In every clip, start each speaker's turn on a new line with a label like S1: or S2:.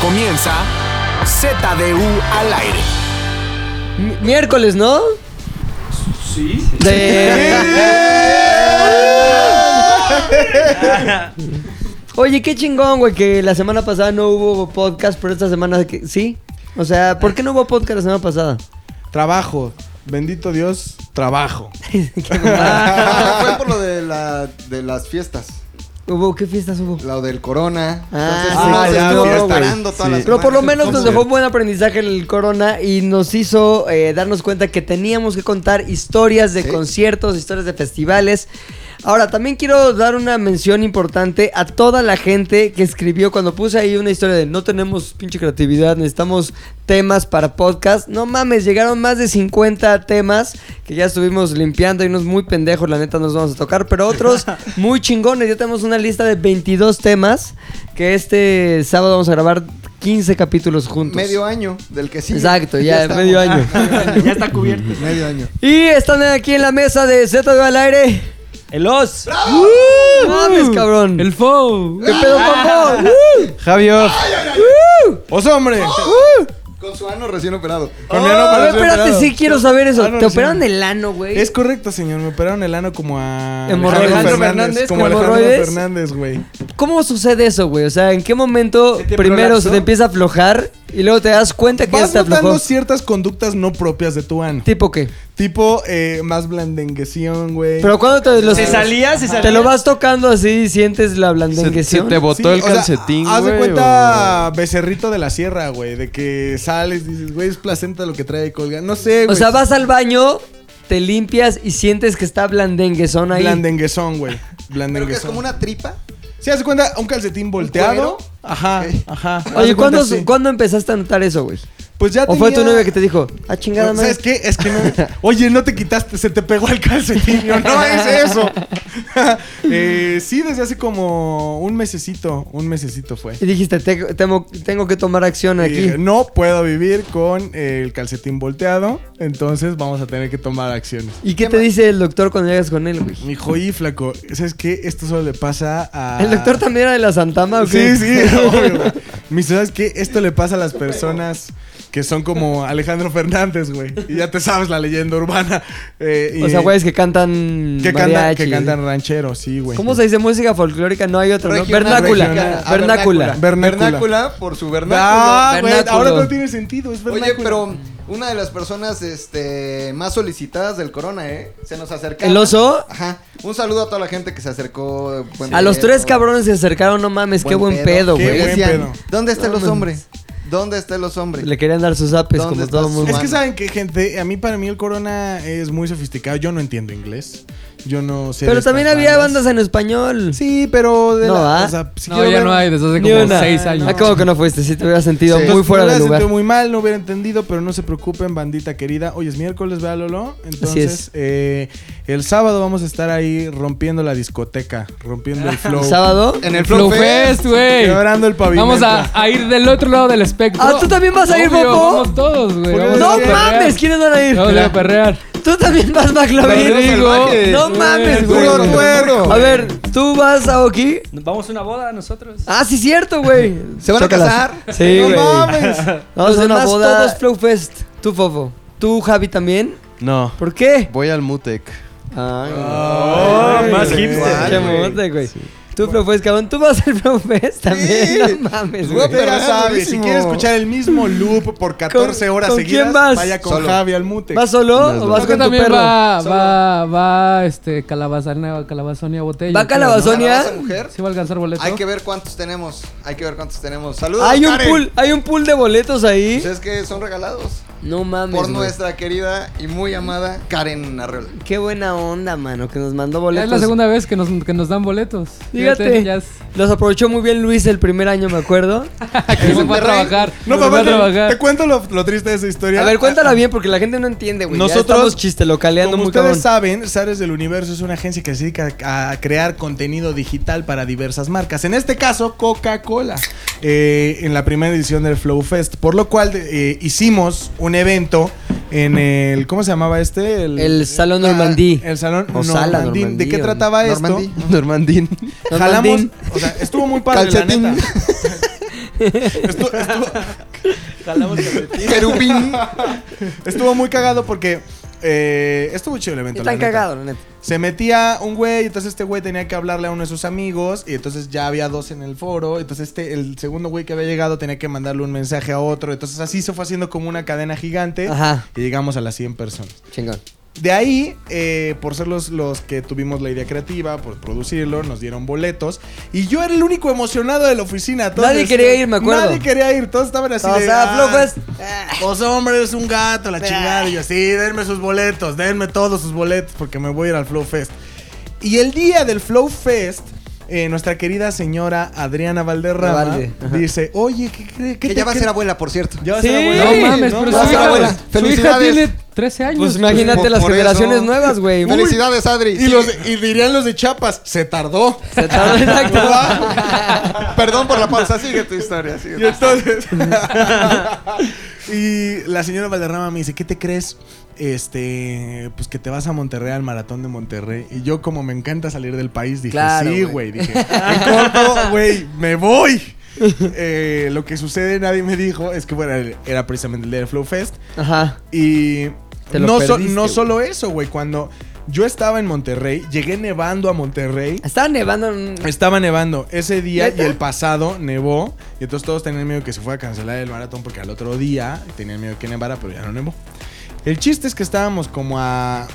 S1: Comienza ZDU al aire.
S2: Mi- Miércoles, ¿no?
S3: Sí.
S2: Oye, qué chingón, güey, que la semana pasada no hubo podcast, pero esta semana que- sí. O sea, ¿por qué no hubo podcast la semana pasada?
S4: Trabajo. Bendito Dios, trabajo.
S2: Qué mamada.
S5: Fue por lo de, la, de las fiestas.
S2: ¿Hubo qué fiestas hubo?
S5: Lo del corona.
S2: Ah,
S5: Entonces, uno
S4: ah,
S5: se
S4: ya,
S5: estuvo
S4: no,
S5: restaurando todas las
S2: Pero por lo menos nos
S5: entonces-
S2: dejó un buen aprendizaje el corona y nos hizo eh, darnos cuenta que teníamos que contar historias de
S5: Sí.
S2: conciertos, historias de festivales. Ahora, también quiero dar una mención importante a toda la gente que escribió cuando puse ahí una historia de no tenemos pinche creatividad, necesitamos temas para podcast. No mames, llegaron más de 50 temas que ya estuvimos limpiando y unos muy pendejos, la neta, nos vamos a tocar, pero otros muy chingones. Ya tenemos una lista de 22 temas que este sábado vamos a grabar 15 capítulos juntos.
S5: Medio año del que sí.
S2: Exacto, ya, medio año.
S3: ya está cubierto.
S4: Medio año.
S2: Y están aquí en la mesa de Z al aire.
S3: El os.
S2: ¡No mames, cabrón!
S3: ¡Uh!
S2: Ah.
S3: El foe.
S2: ¡Qué pedo con vos! ¡Uh!
S4: Javier. ¡Os hombre!
S5: Con su ano recién operado.
S4: Con mi ano
S2: A ver,
S4: parece
S2: espérate,
S4: operado.
S2: sí quiero saber eso.
S4: Ah, no,
S2: ¿Te
S4: no,
S2: operaron
S4: sí.
S2: el ano, güey?
S4: Es correcto, señor. Me operaron el ano como a
S2: Hemorroides.
S4: Alejandro
S2: Fernández,
S4: Fernández. Como
S2: hemorroides.
S4: Alejandro Fernández, güey.
S2: ¿Cómo sucede eso, güey? O sea, ¿en qué momento
S4: ¿Se te
S2: primero se
S4: prolapsó?
S2: te empieza a aflojar y luego te das cuenta que ya
S4: Vas
S2: se aflojó?
S4: notando ciertas conductas no propias de tu ano.
S2: ¿Tipo qué?
S4: Tipo, eh, más blandenguesión, güey.
S2: Pero cuando te los-
S3: Se salía, se salía.
S2: Te lo vas tocando así y sientes la
S6: Se, se
S2: blandenguesión.
S6: te botó el
S4: o sea,
S6: calcetín, güey.
S4: Haz de
S6: o-
S4: cuenta becerrito de la sierra, güey. De que sales, dices, güey, es placenta lo que trae colga. No sé,
S2: o
S4: güey.
S2: sea, vas al baño, te limpias y sientes que está blandenguezón ahí.
S4: Blandenguesón, güey.
S5: Pero que es
S4: Blandenguesón.
S5: como una tripa.
S4: ¿Sí hace cuenta? Un calcetín volteado.
S5: cuero?
S4: ajá,
S5: Ok.
S4: ajá. Haz
S2: Oye,
S4: de cuenta,
S2: ¿cuándo,
S4: sí.
S2: ¿cuándo empezaste a notar eso, güey?
S4: Pues ya
S2: ¿O fue tu
S4: tenía-
S2: novia que te dijo, ah, chingada madre?
S4: ¿Sabes qué? Es que no. Oye, no te quitaste, se te pegó el calcetín. Yo, no es eso. Eh, sí, desde hace como un mesecito. Un mesecito fue.
S2: Y dijiste, "Te- tengo, tengo que tomar acción
S4: Y
S2: aquí.
S4: dije, no puedo vivir con eh, el calcetín volteado. Entonces vamos a tener que tomar acciones.
S2: ¿Y qué te dice el doctor cuando llegas con él, güey?
S4: Mi joy flaco. ¿Sabes qué? Esto solo le pasa a.
S2: ¿El doctor también era de la Santama o qué?
S4: Ah. Sí, sí, obvio, güey. Mi ¿sabes qué? Esto le pasa a las personas que son como Alejandro Fernández, güey. Y ya te sabes la leyenda urbana. Eh, y-
S2: O sea, güeyes que cantan
S4: Que cantan,
S2: Mm, mariachi.
S4: que cantan ranchero, sí, güey.
S2: ¿Cómo se dice música folclórica? No hay otra, ¿no?
S5: Regional,
S2: Vernácula.
S5: regional. Ah,
S2: Vernácula.
S4: Vernácula.
S5: Vernácula por su vernáculo.
S4: Ah, güey,
S2: Vernáculo.
S4: ahora no tiene sentido, es vernáculo.
S5: Oye, pero una de las personas este, más solicitadas del corona, ¿eh? Se nos acercaba.
S2: ¿El oso?
S5: Ajá. Un saludo a toda la gente que se acercó. eh, pues, buen
S2: A los
S5: pedo.
S2: tres cabrones se acercaron, no mames, qué buen pedo,
S5: Qué
S2: güey.
S4: buen
S5: Decían,
S4: pedo.
S5: ¿Dónde están
S2: No
S5: los
S2: mames.
S5: hombres? ¿Dónde están los hombres?
S2: Le querían dar sus apes
S5: ¿Dónde
S2: como
S5: está
S2: todo
S5: su-
S2: mundo.
S4: Es que
S5: Humano.
S4: saben que, gente, a mí para mí el corona es muy sofisticado. Yo no entiendo inglés. Yo no sé. de
S2: Pero
S4: estas
S2: también había
S4: bandas.
S2: bandas en español.
S4: Sí, pero de
S2: No,
S4: la.
S2: ¿ah?
S4: o sea, si
S6: No,
S4: quiero
S6: ya
S4: ver-
S6: no hay, desde hace
S2: Ni
S6: como
S2: una.
S6: seis años.
S2: Ah, ¿cómo que no fuiste? Sí, te hubiera sentido
S5: Sí.
S2: muy
S4: Entonces,
S2: fuera
S4: me
S2: de
S4: hubiera
S2: lugar.
S4: sentido muy mal, no hubiera entendido, pero no se preocupen, bandita querida. Hoy es miércoles, vea Lolo.
S2: es.
S4: Entonces, eh, el sábado vamos a estar ahí rompiendo la discoteca, rompiendo el flow.
S2: ¿El sábado?
S5: En el
S6: Flow
S5: Flow
S6: Fest, güey.
S4: Quebrando el pavimento.
S6: Vamos a, a ir del otro lado del espectro.
S2: Ah, ¿tú también vas a ir,
S6: Obvio,
S2: Bobo?
S6: Vamos todos, güey.
S4: Porque
S6: Vamos a
S2: ¡No
S4: Sí.
S6: perrear.
S2: mames! ¿Quiénes van a ir?
S6: Vamos a ir a perrear.
S2: Tú también vas, McLovin.
S6: Rodrigo.
S2: No mames, güey.
S4: Puro puerco.
S2: A ver, ¿tú vas, Aoki?
S3: Vamos a una boda nosotros.
S2: Ah, sí, cierto, güey.
S5: ¿Se van a
S2: Chócalas.
S5: casar?
S2: Sí, güey.
S4: mames.
S2: Los
S6: Los de la
S2: demás
S6: boda-
S2: todos Flow Fest. Tú, Fofo. Tú, Javi, también.
S6: No.
S2: ¿Por qué?
S6: Voy al Mutec.
S3: Oh, más hipster.
S2: Qué mote, güey. Tú, Flow Fest, cabrón. Tú vas al Flow Fest también. No mames,
S5: Güey,
S2: güey.
S4: Pero ya sabes, si
S5: Perradísimo.
S4: quieres escuchar el mismo loop por 14
S2: ¿Con-
S4: horas
S2: con
S4: seguidas,
S2: quién vas?
S4: vaya con
S5: Solo.
S4: Javi al mute.
S2: ¿Vas solo o vas con
S6: Creo que
S2: tu
S6: también
S2: perro?
S6: va, va, va, este, calabazana, calabazonia, botella.
S2: ¿Va
S6: creo, ¿no?
S2: Calabazón? Sonia.
S5: Calabaza mujer.
S6: ¿Sí va a alcanzar boleto?
S5: Hay que ver cuántos tenemos. Hay que ver cuántos tenemos. Saludos.
S2: Hay un
S5: Karen.
S2: pool, hay un pool de boletos ahí.
S5: Pues es que son regalados
S2: No mames.
S5: por
S2: güey.
S5: nuestra querida y muy amada Karen Arreola.
S2: Qué buena onda, mano, que nos mandó
S6: Ya
S2: boletos.
S6: es la segunda vez que nos, que nos dan boletos.
S2: Fíjate,
S6: ya es-
S2: los aprovechó muy bien Luis el primer año, me acuerdo.
S6: que se fue a trabajar.
S4: No,
S6: se fue
S4: papá,
S6: a
S4: te, te
S6: trabajar.
S4: cuento lo, lo triste de esa historia.
S2: A ver, cuéntala bien porque la gente no entiende, güey. Nosotros
S4: Nosotros,
S2: estamos chisteleando
S4: Como
S2: muy
S4: ustedes
S2: cabrón.
S4: saben, Zares del Universo es una agencia que se dedica a a crear contenido digital para diversas marcas. En este caso, Coca-Cola. eh, en la primera edición del Flow Fest. Por lo cual eh, hicimos un evento en el. ¿Cómo se llamaba este?
S2: El Salón
S4: Ah,
S2: Normandí.
S4: El Salón
S2: O sala
S4: Normandí. ¿De qué
S2: Normandí, o-
S4: trataba esto?
S5: Normandí.
S6: Normandín.
S4: Jalamos.
S2: Normandín.
S4: O sea, estuvo muy padre, la
S5: Calcetín.
S4: neta. Estu- estuvo,
S3: Jalamos calcetín.
S5: Querubín.
S4: estuvo muy cagado porque eh, estuvo chido el evento.
S2: Están
S4: la neta.
S2: cagados, la neta.
S4: Se metía un güey, entonces este güey tenía que hablarle a uno de sus amigos y entonces ya había dos en el foro, entonces este el segundo güey que había llegado tenía que mandarle un mensaje a otro, entonces así se fue haciendo como una cadena gigante
S2: Ajá.
S4: y llegamos a las 100 personas.
S2: Chingón. Pues,
S4: De ahí, eh, por ser los, los que tuvimos la idea creativa, por producirlo, nos dieron boletos. Y yo era el único emocionado de la oficina. todos
S2: Nadie
S4: est-
S2: quería ir, me acuerdo.
S4: Nadie quería ir, todos estaban así.
S2: O
S4: de,
S2: sea,
S4: "Ah,
S2: Flowfest".
S4: Pues hombre, es un gato, la chingada. Y yo, sí, denme sus boletos, denme todos sus boletos, porque me voy a ir al Flow Fest. Y el día del Flow Fest, eh, nuestra querida señora Adriana Valderrama
S2: Valde, ajá.
S4: dice: Oye, ¿qué crees?
S5: Que ya va a ser abuela, por cierto.
S4: Ya va a
S6: Sí,
S4: ser abuela.
S6: no mames,
S4: No,
S6: pero
S4: va a
S6: su,
S4: ser
S6: hija,
S5: abuela.
S6: su hija
S5: Felicidades.
S6: tiene 13 años.
S2: Pues imagínate
S5: por-
S2: las
S5: por
S2: generaciones
S5: eso.
S2: nuevas, güey. Uy,
S5: Felicidades, Adri.
S4: Y, los, y dirían los de Chiapas, se tardó.
S2: se tardó, exacto.
S5: Perdón por la pausa, sigue tu historia. sigue tu
S4: Y entonces. y la señora Valderrama me dice: ¿Qué te crees? Este, pues que te vas a Monterrey al maratón de Monterrey. Y yo, como me encanta salir del país, dije:
S2: Claro,
S4: Sí,
S2: güey".
S4: güey. Dije: En corto, güey, me voy. Eh, lo que sucede, nadie me dijo, es que bueno, era precisamente el día del Flow Fest.
S2: Ajá.
S4: Y
S2: Te lo
S4: no, so-
S2: perdiste,
S4: no
S2: güey.
S4: solo eso, güey. Cuando yo estaba en Monterrey, llegué nevando a Monterrey.
S2: Estaba nevando. en-
S4: Estaba nevando ese día
S2: ¿Neta?
S4: y el pasado nevó. Y entonces todos tenían miedo que se fuera a cancelar el maratón porque al otro día tenían miedo que nevara, pero ya no nevó. El chiste es que estábamos como a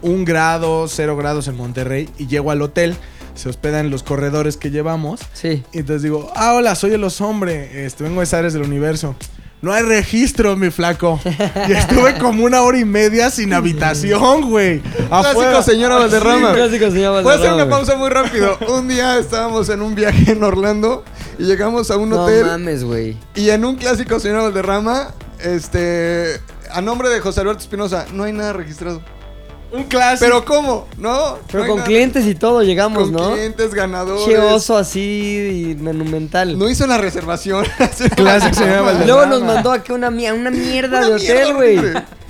S4: un grado, cero grados en Monterrey y llego al hotel. Se hospedan los corredores que llevamos.
S2: Sí.
S4: Y entonces digo, ah, hola, soy el hombre. Este, vengo de Ares del Universo. No hay registro, mi flaco. Y estuve como una hora y media sin habitación, güey. Afuera.
S5: Clásico, señora Valderrama.
S2: Clásico se llama
S5: Voy a hacer
S2: Valderrama,
S5: una pausa muy rápido. Un día estábamos en un viaje en Orlando y llegamos a un
S2: güey.
S5: hotel
S2: No mames, güey.
S5: y en un clásico señor Valderrama, este, a nombre de José Alberto Espinosa, no hay nada registrado.
S4: Un clásico.
S5: Pero cómo, no. no
S2: Pero
S5: hay
S2: con
S5: nada.
S2: clientes y todo llegamos,
S5: con
S2: ¿no?
S5: clientes ganadores.
S2: Che oso así y monumental.
S5: No hizo la reservación.
S4: Clásico, señora Valderrama.
S2: Luego nos mandó aquí una, mie- una mierda de
S5: Una mierda,
S2: hotel, güey.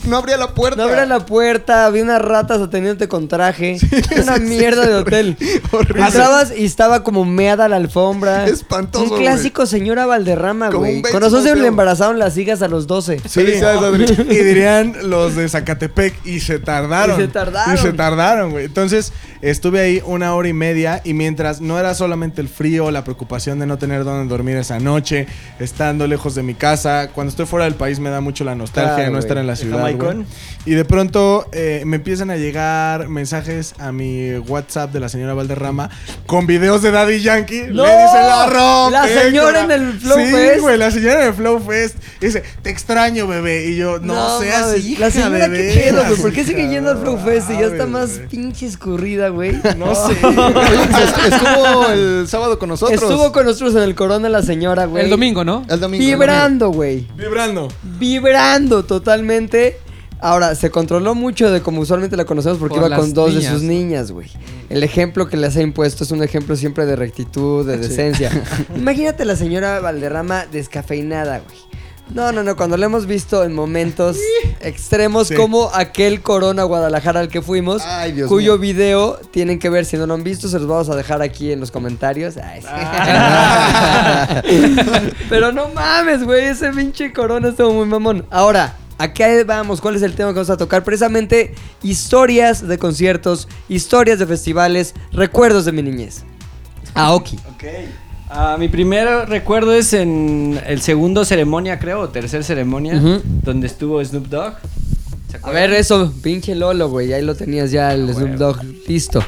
S5: No abría la puerta.
S2: No abría la puerta, había unas ratas atendiéndote con traje. una mierda de hotel.
S5: Horrible.
S2: Entrabas y estaba como meada la alfombra.
S5: Espantoso,
S2: Un clásico señora Valderrama,
S5: Como
S2: güey.
S5: un beige
S2: Con nosotros se
S5: museo.
S2: le embarazaron las hijas a los 12.
S4: Sí.
S5: Felicidades, Adri.
S4: Y dirían los de Zacatepec, y se tardaron.
S2: Y se tardaron.
S4: Y se tardaron, güey. Entonces, estuve ahí una hora y media, y mientras no era solamente el frío, la preocupación de no tener dónde dormir esa noche, estando lejos de mi casa, cuando estoy fuera del país me da mucho la nostalgia
S2: Claro,
S4: de no
S2: güey.
S4: estar en la
S3: ¿El
S4: ciudad.
S3: jamaicón?
S4: güey. Y de pronto eh, me empiezan a llegar mensajes a mi WhatsApp de la señora Valderrama con videos de Daddy Yankee.
S2: ¡No!
S4: Le dice la rompe.
S2: La señora en el Flow
S4: Sí,
S2: Fest.
S4: güey, la señora en el Flow Fest. Dice, te extraño, bebé. Y yo, no, seas
S2: mames,
S4: hija,
S2: La señora,
S4: bebé.
S2: qué pedo, güey. ¿Por qué sigue yendo al Flow Fest? Y ya está
S4: Mames,
S2: más
S4: güey.
S2: pinche escurrida, güey.
S4: No sé.
S5: Estuvo el sábado con nosotros.
S2: Estuvo con nosotros en el corona la señora, güey.
S6: El domingo, ¿no?
S5: el domingo.
S2: Vibrando, güey.
S4: Vibrando.
S2: Vibrando totalmente. Ahora, se controló mucho de como usualmente la conocemos porque
S6: Por
S2: iba con
S6: las
S2: dos de
S6: niñas.
S2: sus niñas, güey. El ejemplo que les ha impuesto es un ejemplo siempre de rectitud, de decencia. Imagínate la señora Valderrama descafeinada, güey. No, no, no, cuando la hemos visto en momentos extremos
S4: Sí.
S2: como aquel Corona Guadalajara al que fuimos,
S5: Ay, Dios
S2: cuyo
S5: mío.
S2: video tienen que ver, si no lo han visto, se los vamos a dejar aquí en los comentarios. Ay, sí. Pero no mames, güey, ese pinche corona estuvo muy mamón. Ahora, ¿a qué vamos? ¿Cuál es el tema que vamos a tocar? Precisamente historias de conciertos, historias de festivales, recuerdos de mi niñez. Aoki.
S3: Ok. Ah, mi primer recuerdo es en el segundo ceremonia, creo, o tercer ceremonia,
S2: Ujú.
S3: donde estuvo Snoop Dogg. ¿Se
S2: A
S3: acuerdan? Ah,
S2: ver, eso, pinche Lolo, güey, ahí lo tenías ya el Snoop Dogg listo.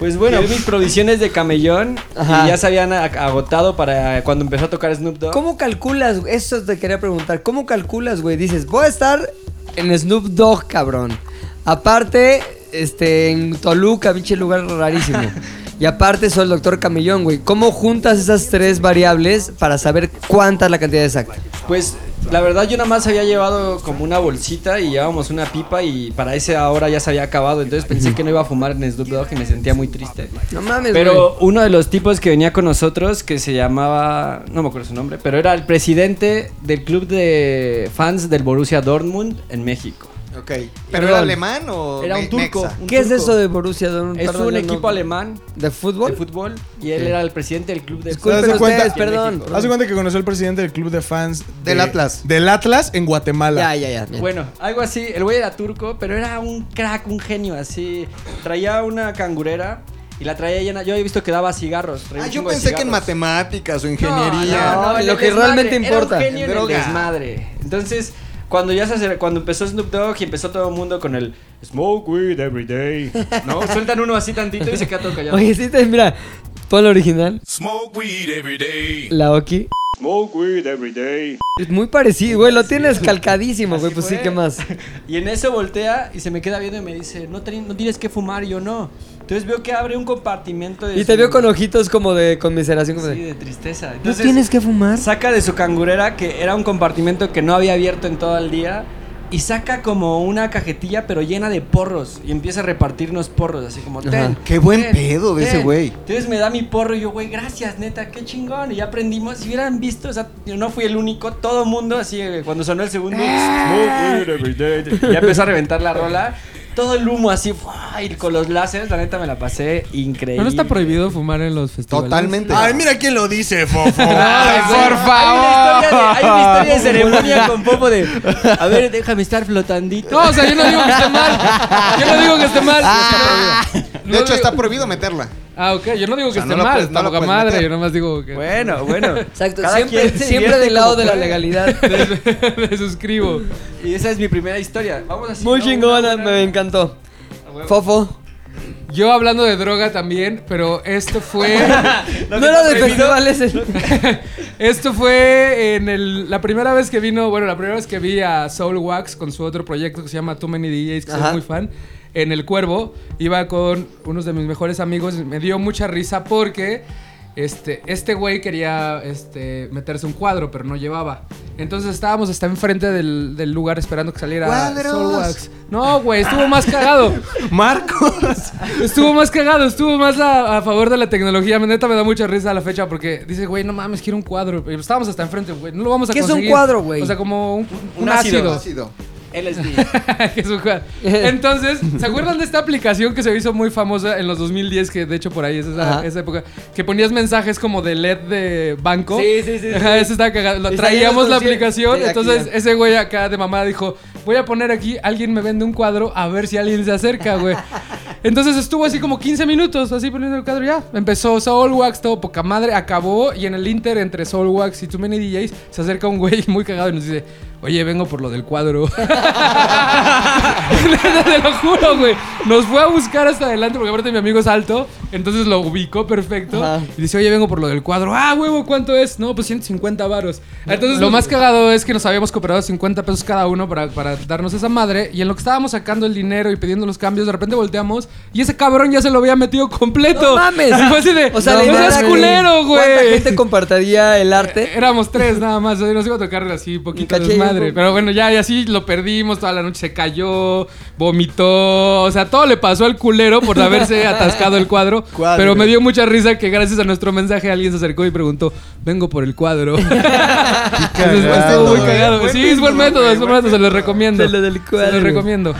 S3: Pues bueno, vi mis provisiones de camellón
S2: Ajá.
S3: y ya se habían a- agotado para cuando empezó a tocar Snoop Dogg.
S2: ¿Cómo calculas? güey? Eso te quería preguntar. ¿Cómo calculas, güey? Dices, voy a estar en Snoop Dogg, cabrón. Aparte, este, en Toluca, pinche lugar rarísimo. Y aparte soy el doctor Camellón, güey. ¿Cómo juntas esas tres variables para saber cuánta es la cantidad exacta?
S3: Pues la verdad yo nada más había llevado como una bolsita y llevábamos una pipa y para esa hora ya se había acabado, entonces pensé que no iba a fumar en Snoop Dogg y me sentía muy triste.
S2: No mames,
S3: Pero uno de los tipos que venía con nosotros, que se llamaba, no me acuerdo su nombre, pero era el presidente del club de fans del Borussia Dortmund en México.
S5: Ok. ¿Pero
S2: Perdón.
S5: era alemán o
S3: Era un
S5: ne-
S3: turco.
S5: nexa?
S3: un
S2: ¿Qué es
S3: turco.
S2: eso de Borussia Dortmund?
S3: Es
S2: Perdón,
S3: un
S2: no-
S3: equipo alemán
S2: ¿De
S3: de
S2: fútbol?
S3: fútbol y él era el presidente del club de
S2: Disculpen
S4: ¿Te das
S2: ustedes,
S4: cuenta?
S2: perdón. perdón.
S4: Haz de cuenta que conoció al presidente del club de fans
S5: Del Atlas.
S4: Del Atlas en Guatemala.
S2: Ya, ya, ya. bien.
S3: Bueno, algo así. El güey era turco, pero era un crack, un genio, así. Traía una cangurera y la traía llena. Yo he visto que daba cigarros. traía
S5: Ah,
S3: un
S5: yo
S3: chingo de
S5: pensé que en
S3: cigarros.
S5: matemáticas o ingeniería.
S2: no,
S3: en el
S2: lo que
S3: desmadre,
S2: realmente importa.
S3: Era un
S5: En
S3: genio en el
S5: droga.
S3: desmadre. Entonces, cuando ya se acer- cuando empezó Snoop Dogg y empezó todo el mundo con el Smoke weed every day, ¿no? Sueltan uno así tantito y se queda todo callado.
S2: Oye, sí, te- mira, pon la original,
S1: Smoke weed every day.
S2: la Oki.
S3: Smoke weed every day.
S2: Es muy parecido, güey, lo tienes calcadísimo, güey,
S3: Así
S2: pues sí,
S3: fue.
S2: ¿qué más?
S3: Y en eso voltea y se me queda viendo y me dice, "No, ten- no tienes que fumar." Y yo, "No." Entonces veo que abre un compartimento de
S2: Y te
S3: su-
S2: vio con ojitos como de conmiseración, como
S3: Sí,
S2: de...
S3: de tristeza.
S2: ¿No
S3: Entonces,
S2: tienes que fumar?
S3: Saca de su cangurera, que era un compartimento que no había abierto en todo el día, y saca como una cajetilla, pero llena de porros, y empieza a repartirnos porros, así como, ten.
S5: Qué buen
S3: ten,
S5: pedo de ese
S3: ten".
S5: güey.
S3: Entonces me da mi porro y yo, güey, gracias, neta, qué chingón. Y ya aprendimos. Si hubieran visto, o sea, yo no fui el único, todo mundo, así, eh, cuando sonó el segundo,
S6: Ah.
S3: "Smoke weed every day", ya empezó a reventar la rola. Todo el humo así, ¡fua! y con los láseres, la neta me la pasé increíble.
S6: Pero no está prohibido fumar en los festivales.
S5: Totalmente.
S4: Ay, mira quién lo dice, Fofo.
S3: por favor. Hay una, historia de, hay una historia de ceremonia con Popo de. A ver, déjame estar flotandito.
S6: No, o sea, yo no digo que esté mal. Yo no digo que esté mal.
S5: De hecho, está prohibido meterla.
S6: Ah, ok, yo no digo que
S5: sea,
S6: esté
S5: no la
S6: mal.
S5: puedes- no la
S6: tampoco
S5: puedes
S6: madre,
S5: meter.
S6: yo nomás digo que.
S3: Bueno, bueno.
S2: Exacto,
S3: Cada
S2: siempre,
S3: quien se
S2: siempre
S3: divierte
S2: del lado
S3: como
S2: de la
S3: puede.
S2: legalidad.
S6: Me suscribo.
S3: Y esa es mi primera historia. Vamos así.
S2: Muy
S3: ¿no?
S2: chingona,
S3: Una-
S2: me encantó. Fofo.
S6: Yo hablando de droga también, pero esto fue.
S2: Ah, No era de festivales. eh.
S6: esto fue en el, la primera vez que vino. Bueno, la primera vez que vi a Soul Wax con su otro proyecto que se llama Too Many DJs, que
S2: Ajá.
S6: soy muy fan. En El Cuervo. Iba con unos de mis mejores amigos. Me dio mucha risa porque. Este, este güey quería este, meterse un cuadro, pero no llevaba. Entonces estábamos hasta enfrente del, del lugar esperando que saliera
S5: ¡Cuadros!
S6: Soul Wax. No, güey, estuvo más cagado.
S4: Marcos.
S6: Estuvo más cagado, estuvo más a, a favor de la tecnología. Neta me da mucha risa a la fecha porque dice, güey, no mames, quiero un cuadro. Y Estábamos hasta enfrente, güey. No lo vamos a
S2: ¿Qué es un
S6: conseguir.
S2: cuadro, güey?
S6: O sea, como un,
S3: Un
S6: un
S3: ácido.
S5: Ácido.
S6: ácido.
S3: LSD.
S6: que es un cuadro. Entonces, ¿se acuerdan de esta aplicación que se hizo muy famosa en los 2010? Que de hecho por ahí es esa,
S2: Ajá.
S6: esa época. Que ponías mensajes como de LED de banco.
S2: Sí, sí, sí, sí.
S6: Ajá, eso estaba cagado. Lo-
S2: Y salían
S6: traíamos
S2: los
S6: la
S2: conciertos.
S6: aplicación.
S2: Sí, aquí
S6: entonces,
S2: ya.
S6: ese güey acá de mamá dijo: Voy a poner aquí, alguien me vende un cuadro a ver si alguien se acerca, güey. Entonces estuvo así como 15 minutos, así poniendo el cuadro ya. Empezó Soulwax, todo poca madre, acabó. Y en el Inter, entre Soulwax y Too Many DJs, se acerca un güey muy cagado y nos dice: Oye, vengo por lo del cuadro. Neta, Te lo juro, güey. Nos fue a buscar hasta adelante porque aparte mi amigo es alto. Entonces lo ubicó perfecto.
S2: Ajá.
S6: Y dice, oye, vengo por lo del cuadro. Ah, huevo, ¿cuánto es? No, pues 150 varos. Entonces lo más cagado es que nos habíamos cooperado 50 pesos cada uno para, para darnos esa madre. Y en lo que estábamos sacando el dinero y pidiendo los cambios, de repente volteamos. Y ese cabrón ya se lo había metido completo.
S2: ¡No mames!
S6: Y fue así de,
S2: O sea,
S6: no,
S2: la idea
S6: seas
S2: era que-
S6: culero, güey.
S2: ¿Cuánta gente compartiría el
S6: Eh,
S2: arte?
S6: Éramos tres nada más, o sea, nos iba a tocar así poquito
S2: Este. Caché,
S6: desmadre.
S2: un-
S6: Pero bueno, ya y así lo perdimos, toda la noche se cayó, vomitó, o sea, todo le pasó al culero por haberse atascado el cuadro.
S5: Cuadro.
S6: Pero me dio mucha risa que gracias a nuestro mensaje alguien se acercó y preguntó, vengo por el cuadro. Entonces
S5: cagado,
S6: estuvo muy
S5: güey.
S6: cagado.
S5: Buen
S6: sí, es buen
S5: método,
S6: método,
S5: güey,
S6: es buen
S5: buen
S6: método, se los
S5: método.
S6: recomiendo.
S2: De lo del
S6: Se
S2: cuadro.
S6: los recomiendo.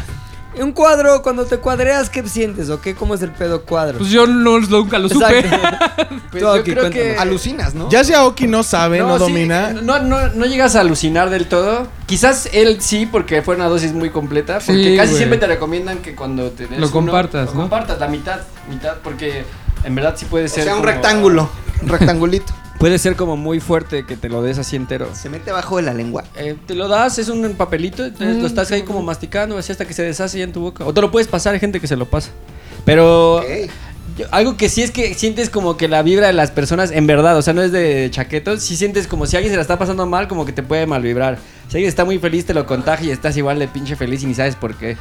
S2: Un cuadro, cuando te cuadreas, ¿qué sientes? ¿O qué? ¿Cómo es el pedo cuadro?
S6: Pues yo no, nunca lo supe.
S3: Pues
S2: Tú,
S3: yo
S2: Aki,
S3: creo
S2: cuéntanos.
S3: que-
S5: Alucinas, ¿no?
S4: Ya si Aoki no sabe, no,
S3: sí,
S4: domina.
S3: no, no, no llegas a alucinar del todo. Quizás él sí, porque fue una dosis muy completa. Porque
S6: Sí,
S3: casi
S6: güey.
S3: siempre te recomiendan que cuando te des
S6: Lo
S3: uno,
S6: compartas,
S3: lo
S6: ¿no?
S3: compartas la mitad, mitad, porque en verdad sí puede
S5: O
S3: ser.
S5: sea, un
S3: como-
S5: rectángulo. Un rectangulito.
S3: Puede ser como muy fuerte que te lo des así entero.
S5: Se mete abajo de la lengua.
S3: Eh, te lo das, es un papelito, entonces lo estás ahí como masticando, así hasta que se deshace ya en tu boca. O te lo puedes pasar, hay gente que se lo pasa. Pero
S5: Ok.
S3: yo- algo que sí es que sientes como que la vibra de las personas, en verdad, o sea, no es de chaquetos, sí sientes como si alguien se la está pasando mal, como que te puede mal vibrar. Si alguien está muy feliz, te lo contagia y estás igual de pinche feliz y ni sabes por qué.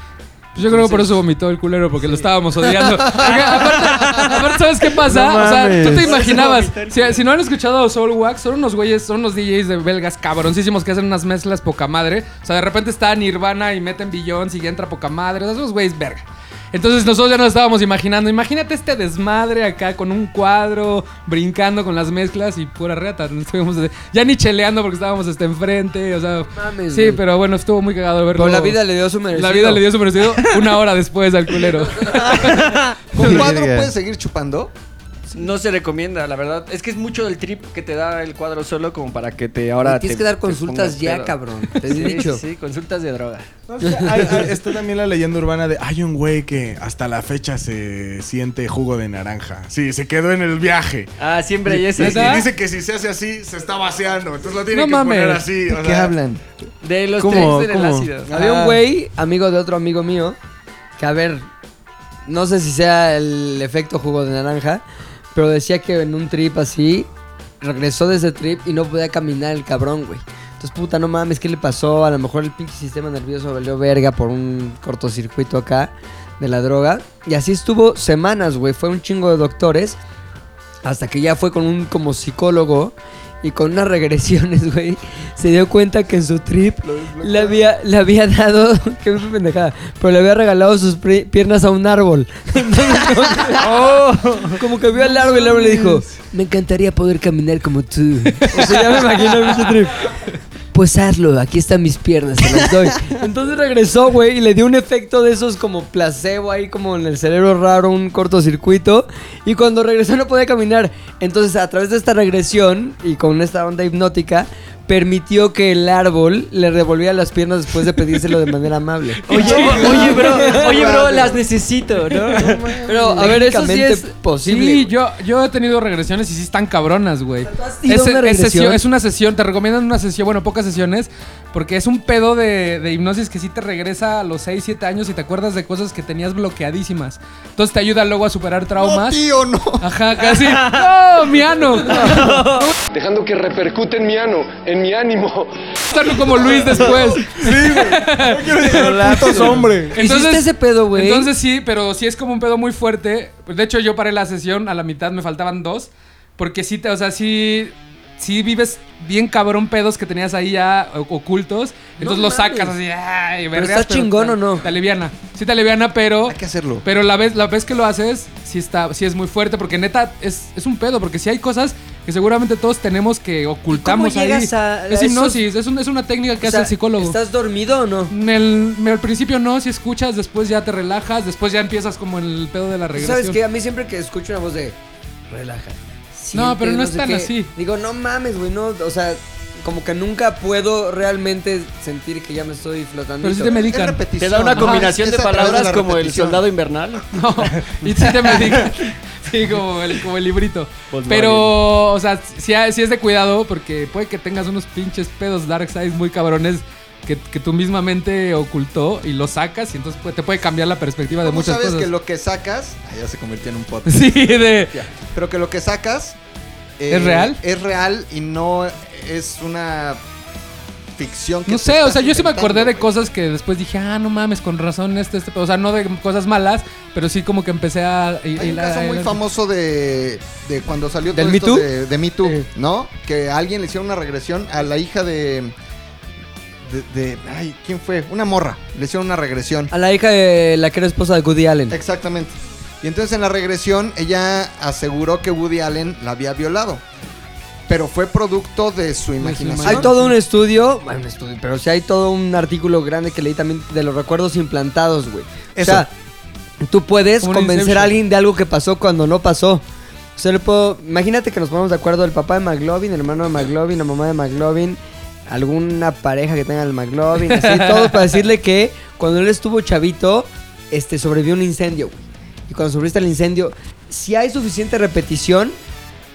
S6: Pues Yo creo que por eso vomitó el culero, porque lo estábamos odiando. Porque aparte, aparte, ¿sabes qué pasa?
S4: No
S6: o sea, tú te
S4: mames.
S6: imaginabas. Si, si no han escuchado a Soul Wax, son unos güeyes, son unos DJs de belgas cabroncísimos que hacen unas mezclas poca madre. O sea, de repente está Nirvana y meten Billions y entra poca madre. O sea, son unos güeyes verga. Entonces nosotros ya nos estábamos imaginando. Imagínate este desmadre acá con un cuadro, brincando con las mezclas y pura reata. Nos estuvimos, eh, ya ni cheleando porque estábamos hasta enfrente. O sea,
S2: Mames,
S6: sí,
S2: güey.
S6: pero bueno, estuvo muy cagado verlo.
S2: Pero la vida le dio su merecido.
S6: La vida le dio su merecido una hora después al culero.
S5: ¿Un cuadro puede seguir chupando?
S3: No se recomienda, la verdad. Es que es mucho del trip que te da el cuadro solo como para que te ahora.
S2: Tienes
S3: te-
S2: que dar
S3: te
S2: consultas
S3: pongas
S2: ya,
S3: pedo.
S2: cabrón. Te he
S3: Sí,
S2: dicho.
S3: sí, consultas de droga.
S4: No sé, hay- hay- está también la leyenda urbana de hay un güey que hasta la fecha se siente jugo de naranja. Sí, se quedó en el viaje.
S3: Ah, siempre hay
S4: Y,
S3: ese.
S6: ¿Neta?
S4: y dice que si se hace así, se está vaciando. Entonces lo tiene
S6: No
S4: que
S6: mames.
S4: poner así. o
S5: ¿Qué
S4: sea,
S5: hablan?
S3: De los
S4: ¿Cómo?
S3: tres del
S4: ¿Cómo?
S3: ácido.
S2: Había un
S4: Ah.
S2: güey, amigo de otro amigo mío, que a ver, no sé si sea el efecto jugo de naranja, pero decía que en un trip así, regresó de ese trip y no podía caminar el cabrón, güey. Entonces, puta, no mames, ¿qué le pasó? A lo mejor el pinche sistema nervioso valió verga por un cortocircuito acá de la droga. Y así estuvo semanas, güey. Fue un chingo de doctores. Hasta que ya fue con un como psicólogo y con unas regresiones, güey, se dio cuenta que en su trip le había, le había dado, que es una pendejada, pero le había regalado sus pri- piernas a un árbol. Entonces, como, que, oh, como que vio al árbol y el árbol le dijo, me encantaría poder caminar como tú. O sea, ya me imagino el pinche trip. Pues hazlo, aquí están mis piernas, te las doy. Entonces regresó, güey, y le dio un efecto de esos como placebo ahí, como en el cerebro raro, un cortocircuito. Y cuando regresó no podía caminar. Entonces, a través de esta regresión y con esta onda hipnótica, permitió que el árbol le revolviera las piernas después de pedírselo de manera amable.
S3: Oye, oye, bro, oye, bro, las necesito, ¿no?
S2: Pero, a ver, eso sí es
S6: Lógicamente
S2: posible.
S6: Sí,
S2: güey.
S6: yo, yo he tenido regresiones y sí están cabronas, güey.
S2: ¿Tú has ido a
S6: Es-
S2: una
S6: es
S2: regresión?
S6: sesión- es una sesión, te recomiendan una sesión, bueno, pocas sesiones, porque es un pedo de, de hipnosis que sí te regresa a los 6, 7 años y te acuerdas de cosas que tenías bloqueadísimas. Entonces te ayuda luego a superar
S5: No,
S6: traumas.
S5: tío, no.
S6: Ajá, casi. ¡No, mi ano!
S7: dejando que repercute en mi ano, en mi ánimo.
S6: Estarlo como Luis después.
S4: Putos hombre.
S2: ¿Hiciste ese pedo, güey?
S6: Entonces sí, pero sí es como un pedo muy fuerte. De hecho, yo paré la sesión a la mitad, me faltaban dos. Porque sí, te- o sea, sí, sí vives bien cabrón pedos que tenías ahí ya o- ocultos. Entonces los
S2: mames.
S6: sacas así, ay,
S2: ¿Pero
S6: berreas,
S2: está chingón
S6: te-
S2: o no?
S6: Te aliviana. Sí te aliviana, pero...
S5: Hay que hacerlo.
S6: Pero la vez, la vez que lo haces, sí, está, sí es muy fuerte, porque neta es, es un pedo, porque sí hay cosas que seguramente todos tenemos que ocultamos ahí.
S2: llegas a- a
S6: es
S2: esos-
S6: hipnosis, es, un- es una técnica
S2: O
S6: que hace
S2: sea,
S6: el psicólogo.
S2: ¿Estás dormido o no?
S6: En el- me- al principio no, si escuchas, después ya te relajas, después ya empiezas como en el pedo de la regresión.
S2: ¿Sabes qué? A mí siempre que escucho una voz de relájate.
S6: No, pero no
S2: siente,
S6: es
S2: sé
S6: tan
S2: qué",
S6: así.
S2: Digo, no mames, güey, no, o sea, como que nunca puedo realmente sentir que ya me estoy flotando.
S6: Pero sí te
S5: Es
S6: medican.
S5: repetición.
S3: Te da una
S5: Ajá,
S3: combinación
S5: es
S3: de
S5: a través
S3: palabras
S5: la
S3: como el
S5: repetición.
S3: soldado invernal.
S6: No, y sí te medican. Sí, como el, como el librito. Pero, o sea, sí, ha- sí es de cuidado porque puede que tengas unos pinches pedos dark sides muy cabrones que, que tu misma mente ocultó y los sacas y entonces puede- te puede cambiar la perspectiva de
S5: ¿Cómo
S6: muchas
S5: sabes
S6: cosas.
S5: que lo que sacas... Ah, ya se convirtió en un podcast.
S6: Sí, de...
S5: Ya. Pero que lo que sacas... eh,
S6: ¿Es real?
S5: Es real y no es una ficción que
S6: No
S5: te
S6: sé, o
S5: estás
S6: sea, yo sí me acordé de
S5: inventando, güey.
S6: cosas que después dije, ah, no mames, con razón este, este, o sea, no de cosas malas, pero sí como que empecé a... y-
S5: Hay
S6: y
S5: un
S6: la-
S5: caso muy
S6: la-
S5: famoso de, de cuando salió
S2: ¿Del
S5: todo
S2: Me
S5: esto
S2: Too?
S5: de, de Me Too,
S2: Sí.
S5: ¿no? Que a alguien le hicieron una regresión a la hija de, de, de- Ay, ¿quién fue? Una morra. Le hicieron una regresión.
S2: A la hija de la que era esposa de Woody Allen.
S5: Exactamente. Y entonces en la regresión ella aseguró que Woody Allen la había violado. Pero fue producto de su imaginación.
S2: Hay todo un estudio, bueno, un estudio, pero sí hay todo un artículo grande que leí también de los recuerdos implantados, güey. O
S5: Eso.
S2: sea, tú puedes
S6: Como una
S2: convencer
S6: Inception.
S2: a alguien de algo que pasó cuando no pasó. O sea, le puedo, imagínate que nos ponemos de acuerdo el papá de McLovin, el hermano de McLovin, la mamá de McLovin, alguna pareja que tenga el McLovin, así, todo para decirle que cuando él estuvo chavito, este, sobrevivió a un incendio, güey. Y cuando sobreviviste al incendio, si hay suficiente repetición,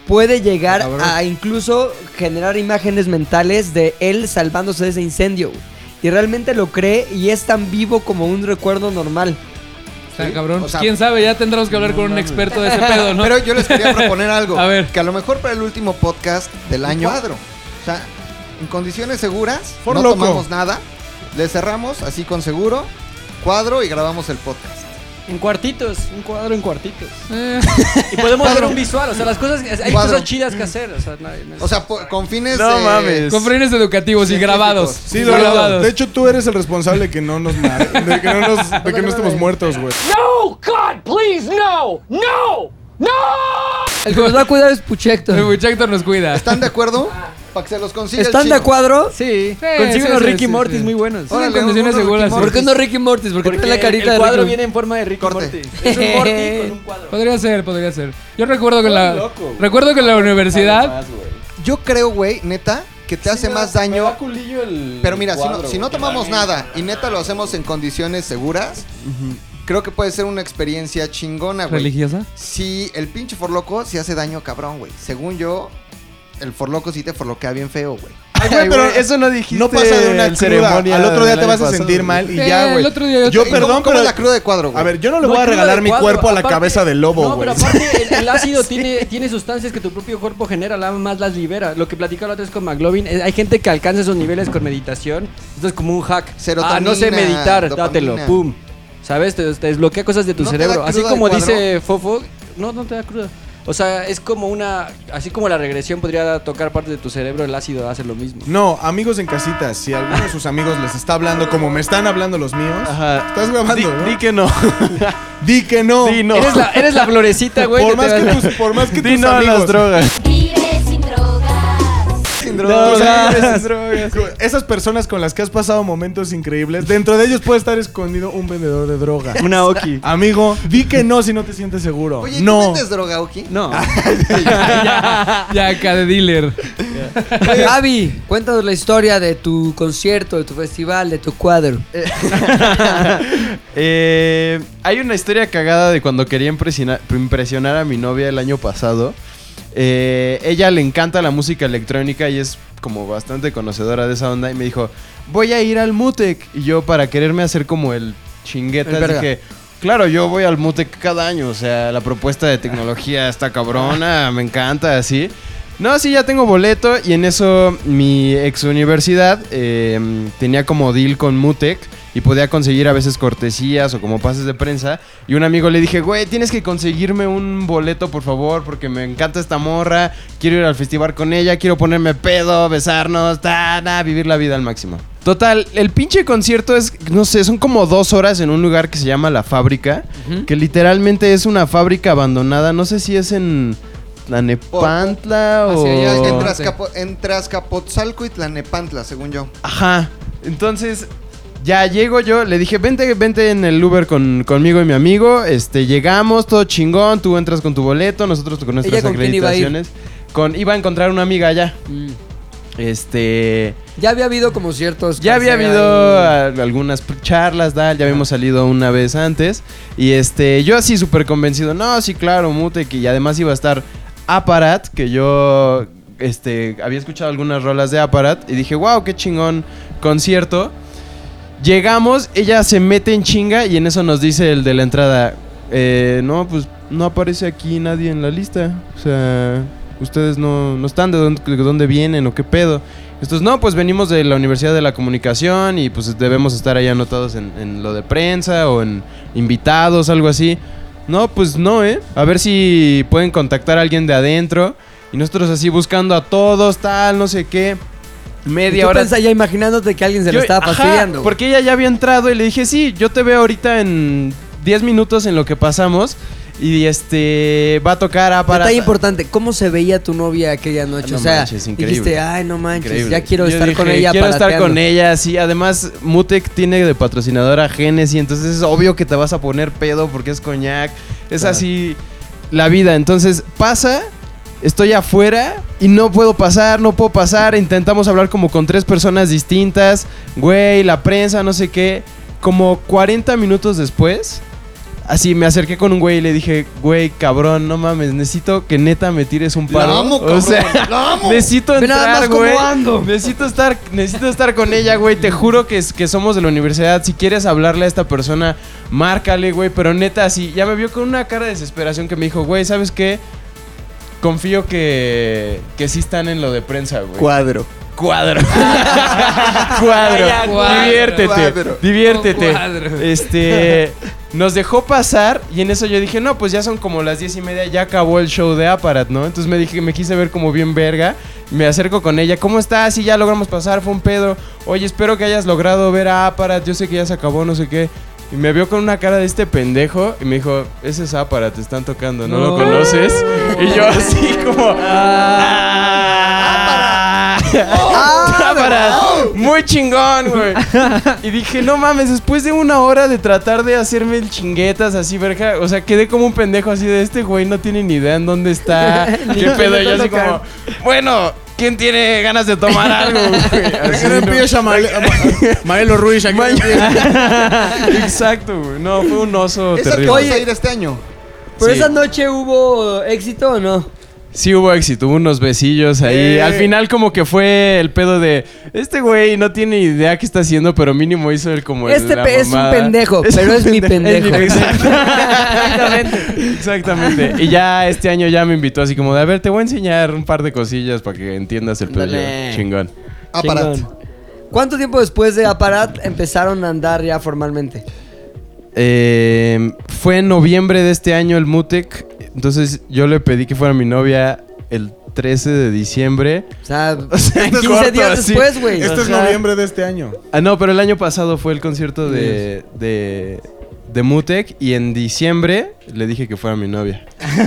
S2: puede llegar a incluso generar imágenes mentales de él salvándose de ese incendio. güey. Y realmente lo cree y es tan vivo como un recuerdo normal.
S6: Está cabrón.
S5: O sea,
S6: ¿Quién sabe? Ya tendremos que hablar con un experto de ese pedo, ¿no?
S5: Pero yo les quería proponer algo.
S6: A ver.
S5: Que a lo mejor para el último podcast del año. Cuadro. O sea, en condiciones seguras,
S4: For
S5: no
S4: loco.
S5: tomamos nada. Le cerramos así con seguro, cuadro y grabamos el podcast.
S3: En cuartitos, un cuadro en cuartitos.
S6: Eh,
S3: Y podemos hacer
S5: Cuadro.
S3: un visual, o sea, las cosas, hay
S5: Cuadro.
S3: cosas chidas que hacer. O sea, no, no es-
S5: O sea, po- con fines
S8: No
S5: de-
S8: mames.
S6: con frenes educativos y grabados.
S4: Sí,
S6: Y
S4: lo
S6: grabados.
S4: De hecho, tú eres el responsable de que no nos mar- de que no, nos- de que no estemos muertos, güey.
S2: El que nos va a cuidar es Puchector.
S6: El Buchector nos cuida.
S5: ¿Están de acuerdo? Para que se los consiga el
S2: ¿Están de
S5: chino.
S2: acuerdo?
S3: sí,
S6: Sí,
S3: consigue
S6: sí,
S3: unos
S6: sí,
S3: Ricky
S6: sí,
S3: Mortis
S6: sí.
S3: muy buenos.
S6: en
S5: Órale,
S6: condiciones
S5: uno
S6: seguras.
S5: Ricky
S2: ¿Por qué
S5: Mortis.
S2: no Ricky Mortis? ¿Por qué
S3: Porque
S2: tiene la carita
S3: el cuadro
S2: de Ricky
S3: viene en forma de Ricky
S5: Corte.
S3: Mortis. Es un Morty con un cuadro.
S6: Podría ser, podría ser. Yo recuerdo que en la,
S8: loco, güey.
S6: recuerdo que en la universidad.
S8: Además, güey.
S5: Yo creo, güey, neta, que te hace
S8: Me da-
S5: más
S8: me
S5: daño.
S8: da culillo el
S5: Pero mira, si no-
S8: cuadro,
S5: si no,
S8: güey.
S5: tomamos nada y neta lo hacemos en condiciones seguras, creo que puede ser una experiencia chingona, güey.
S6: ¿Religiosa?
S5: Si el pinche forloco sí hace daño cabrón, güey. Según yo, el forloco sí te forloquea bien feo, güey.
S8: Ay, güey, pero eso no dijiste.
S4: No pasa de una
S8: en
S4: cruda. Al otro día
S8: del
S4: te vas
S8: año
S4: a sentir
S8: pasado,
S4: mal y
S6: Eh,
S4: ya, güey.
S6: el otro día yo-
S4: Yo,
S5: ¿Y cómo-
S4: perdón,
S5: cómo
S4: pero.
S5: es la cruda de cuadro, güey?
S4: A ver, yo no le
S3: No,
S4: voy a
S3: cruda
S4: regalar
S3: de
S4: mi
S3: cuadro,
S4: cuerpo a la
S3: aparte-
S4: cabeza del
S3: No,
S4: lobo, güey.
S3: pero aparte el, el ácido tiene, tiene sustancias que tu propio cuerpo genera, nada más las libera. Lo que platicaba la otra vez con McLovin, eh, hay gente que alcanza esos niveles con meditación. Esto es como un hack.
S5: Serotonina,
S3: ah, no sé meditar,
S5: dopamina.
S3: dátelo, pum. ¿Sabes? Te, te desbloquea cosas de tu
S5: ¿No te da
S3: cerebro. Así
S5: cruda de
S3: como
S5: cuadro?
S3: dice Fofo, no, no te da cruda. O sea, es como una. Así como la regresión podría tocar parte de tu cerebro, el ácido hace lo mismo.
S4: No, amigos en casita, si alguno de sus amigos les está hablando como me están hablando los míos,
S8: Ajá.
S4: estás grabando,
S8: Di,
S4: ¿no?
S8: di que no.
S4: Di que no.
S8: Di no.
S3: Eres, la, eres la florecita, güey.
S4: por,
S3: que te
S4: más
S3: da-
S4: que tus, por más que
S8: Di
S4: tus
S8: no a las
S4: amigos.
S8: drogas.
S9: Vive sin drogas.
S5: Sin
S4: O
S5: drogas.
S4: sea,
S8: Esas drogas.
S4: Esas personas con las que has pasado momentos increíbles, dentro de ellos puede estar escondido un vendedor de droga.
S8: Una Oki.
S4: Amigo, di que no si no te sientes seguro.
S5: Oye, ¿y
S4: no.
S5: ¿tú vendes droga, Oki?
S3: No.
S6: Ya acá de dealer.
S2: Javi, cuéntanos la historia de tu concierto, de tu festival, de tu cuadro.
S8: Eh, hay una historia cagada de cuando quería impresiona- impresionar a mi novia el año pasado. Eh, ella le encanta la música electrónica y es como bastante conocedora de esa onda. Y me dijo, voy a ir al Mutec. Y yo, para quererme hacer como el
S5: El
S8: chingueta,
S5: verga.
S8: dije, claro, yo voy al Mutec cada año. O sea, la propuesta de tecnología está cabrona, me encanta, así. No, sí, ya tengo boleto. Y en eso mi ex universidad eh, tenía como deal con Mutec y podía conseguir a veces cortesías o como pases de prensa. Y un amigo le dije, güey, tienes que conseguirme un boleto, por favor, porque me encanta esta morra. Quiero ir al festival con ella, quiero ponerme pedo, besarnos, ta, na, vivir la vida al máximo. Total, el pinche concierto es, no sé, son como dos horas en un lugar que se llama La Fábrica, que literalmente es una fábrica abandonada. No sé si es en Tlanepantla o.
S6: Hacia allá,
S5: Ah, Ya, En,
S6: Oh.
S5: Tlaxcapo- en Tlaxcapotzalco y Tlanepantla, según yo.
S8: Ajá. Entonces, ya llego yo, le dije, vente, vente en el Uber con, conmigo y mi amigo. Este, llegamos, todo chingón, tú entras con tu boleto, nosotros con nuestras
S2: ¿Ella con quién iba a ir?
S8: acreditaciones. Con, iba a encontrar una amiga allá. Este.
S2: Mm. Ya había habido como ciertos...
S8: Ya había
S2: ahí.
S8: habido a- algunas pr- charlas, tal, ya habíamos salido una vez antes. Y este, yo así súper convencido, no, sí, claro, Mutec. Y además iba a estar Aparat, que yo este, había escuchado algunas rolas de Aparat. Y dije, wow, qué chingón concierto. Llegamos, ella se mete en chinga y en eso nos dice el de la entrada, "Eh, no, pues no aparece aquí nadie en la lista. O sea, ustedes no, no están, ¿de dónde, de dónde vienen o qué pedo? Estos, no, pues venimos de la Universidad de la Comunicación y pues debemos estar ahí anotados en, en lo de prensa o en invitados, algo así. No, pues no, ¿eh? A ver si pueden contactar a alguien de adentro. Y nosotros así buscando a todos, tal, no sé qué.
S2: Y
S8: eh, Media
S2: tú
S8: hora.
S2: piensas ya imaginándote que alguien se lo
S8: Yo-
S2: estaba
S8: ajá,
S2: fastidiando. güey.
S8: porque ella ya había entrado y le dije, sí, yo te veo ahorita en 10 minutos en lo que pasamos. Y este, va a tocar a para... Ah,
S2: Detalle importante, ¿cómo se veía tu novia aquella noche?
S8: No
S2: o sea,
S8: manches, increíble.
S2: dijiste, ay, no manches,
S8: Increíble.
S2: ya quiero
S8: Yo
S2: estar
S8: dije,
S2: con ella
S8: Quiero estar
S2: palateando".
S8: con ella, sí. Además, Mutec tiene de patrocinadora Genesis, entonces es obvio que te vas a poner pedo porque es coñac. Es así la vida. Entonces pasa, estoy afuera y no puedo pasar, no puedo pasar. Intentamos hablar como con tres personas distintas. Güey, la prensa, no sé qué. Como 40 minutos después, así me acerqué con un güey y le dije, güey, cabrón, no mames, necesito que neta me tires un paro.
S5: La amo,
S8: O
S5: cabrón.
S8: sea,
S5: la amo.
S8: Necesito
S2: Ve nada
S8: entrar,
S2: más cómo
S8: güey.
S2: ando.
S8: Necesito estar, necesito estar con ella, güey. Te juro que, es- que somos de la universidad. Si quieres hablarle a esta persona, márcale, güey. Pero neta, así, ya me vio con una cara de desesperación que me dijo, güey, ¿sabes qué? Confío que, que sí están en lo de prensa, güey.
S5: Cuadro.
S8: Cuadro. cuadro.
S6: Cuadro.
S8: Diviértete.
S5: Cuadro.
S8: Diviértete.
S6: Cuadro.
S8: Este. Nos dejó pasar y en eso yo dije, no, pues ya son como las diez y media, ya acabó el show de Aparat, ¿no? Entonces me dije, me quise ver como bien verga. Me acerco con ella, ¿cómo estás? Sí, ya logramos pasar, fue un pedo. Oye, espero que hayas logrado ver a Aparat, yo sé que ya se acabó, no sé qué. Y me vio con una cara de este pendejo y me dijo, ese es Aparat, te están tocando, ¿no,
S6: No.
S8: lo conoces? Y yo así como... "Ah". Aparat, muy chingón, güey. Y dije, no mames, después de una hora de tratar de hacerme el chinguetas así, verga, o sea, quedé como un pendejo así de este güey, no tiene ni idea en dónde está, qué pedo, yo así como, bueno, ¿quién tiene ganas de tomar algo, güey? Así,
S4: Que no empieza Mael- Ma- Maelo Ruiz aquí.
S8: ¿no? Exacto, güey, no, fue un oso
S5: Esa que
S8: terrible.
S5: vas a ir este año.
S2: ¿Pero
S8: Sí.
S2: esa noche hubo éxito o no?
S8: Sí hubo éxito, hubo unos besillos ahí.
S5: Eh.
S8: Al final como que fue el pedo de, este güey no tiene idea qué está haciendo, pero mínimo hizo el como el-
S2: Este
S8: Pues, la
S2: pe- es un
S8: mamada.
S2: pendejo, pero
S8: un
S2: es mi pendejo.
S8: Exactamente. Exactamente. Y ya este año ya me invitó así como de, a ver, te voy a enseñar un par de cosillas para que entiendas el pedo. Yo,
S2: Ándale.
S8: Chingón.
S5: Aparat.
S2: Chingón. ¿Cuánto tiempo después de Aparat empezaron a andar ya formalmente?
S8: Eh, fue en noviembre de este año el Mutec. Entonces yo le pedí que fuera mi novia el 13 de diciembre.
S2: O sea,
S8: O sea,
S2: 15
S8: corto,
S2: días
S8: así.
S2: después, güey.
S4: Este es noviembre de este año.
S8: Ah, no, pero el año pasado fue el concierto de, de, de Mutec y en diciembre le dije que fuera mi novia.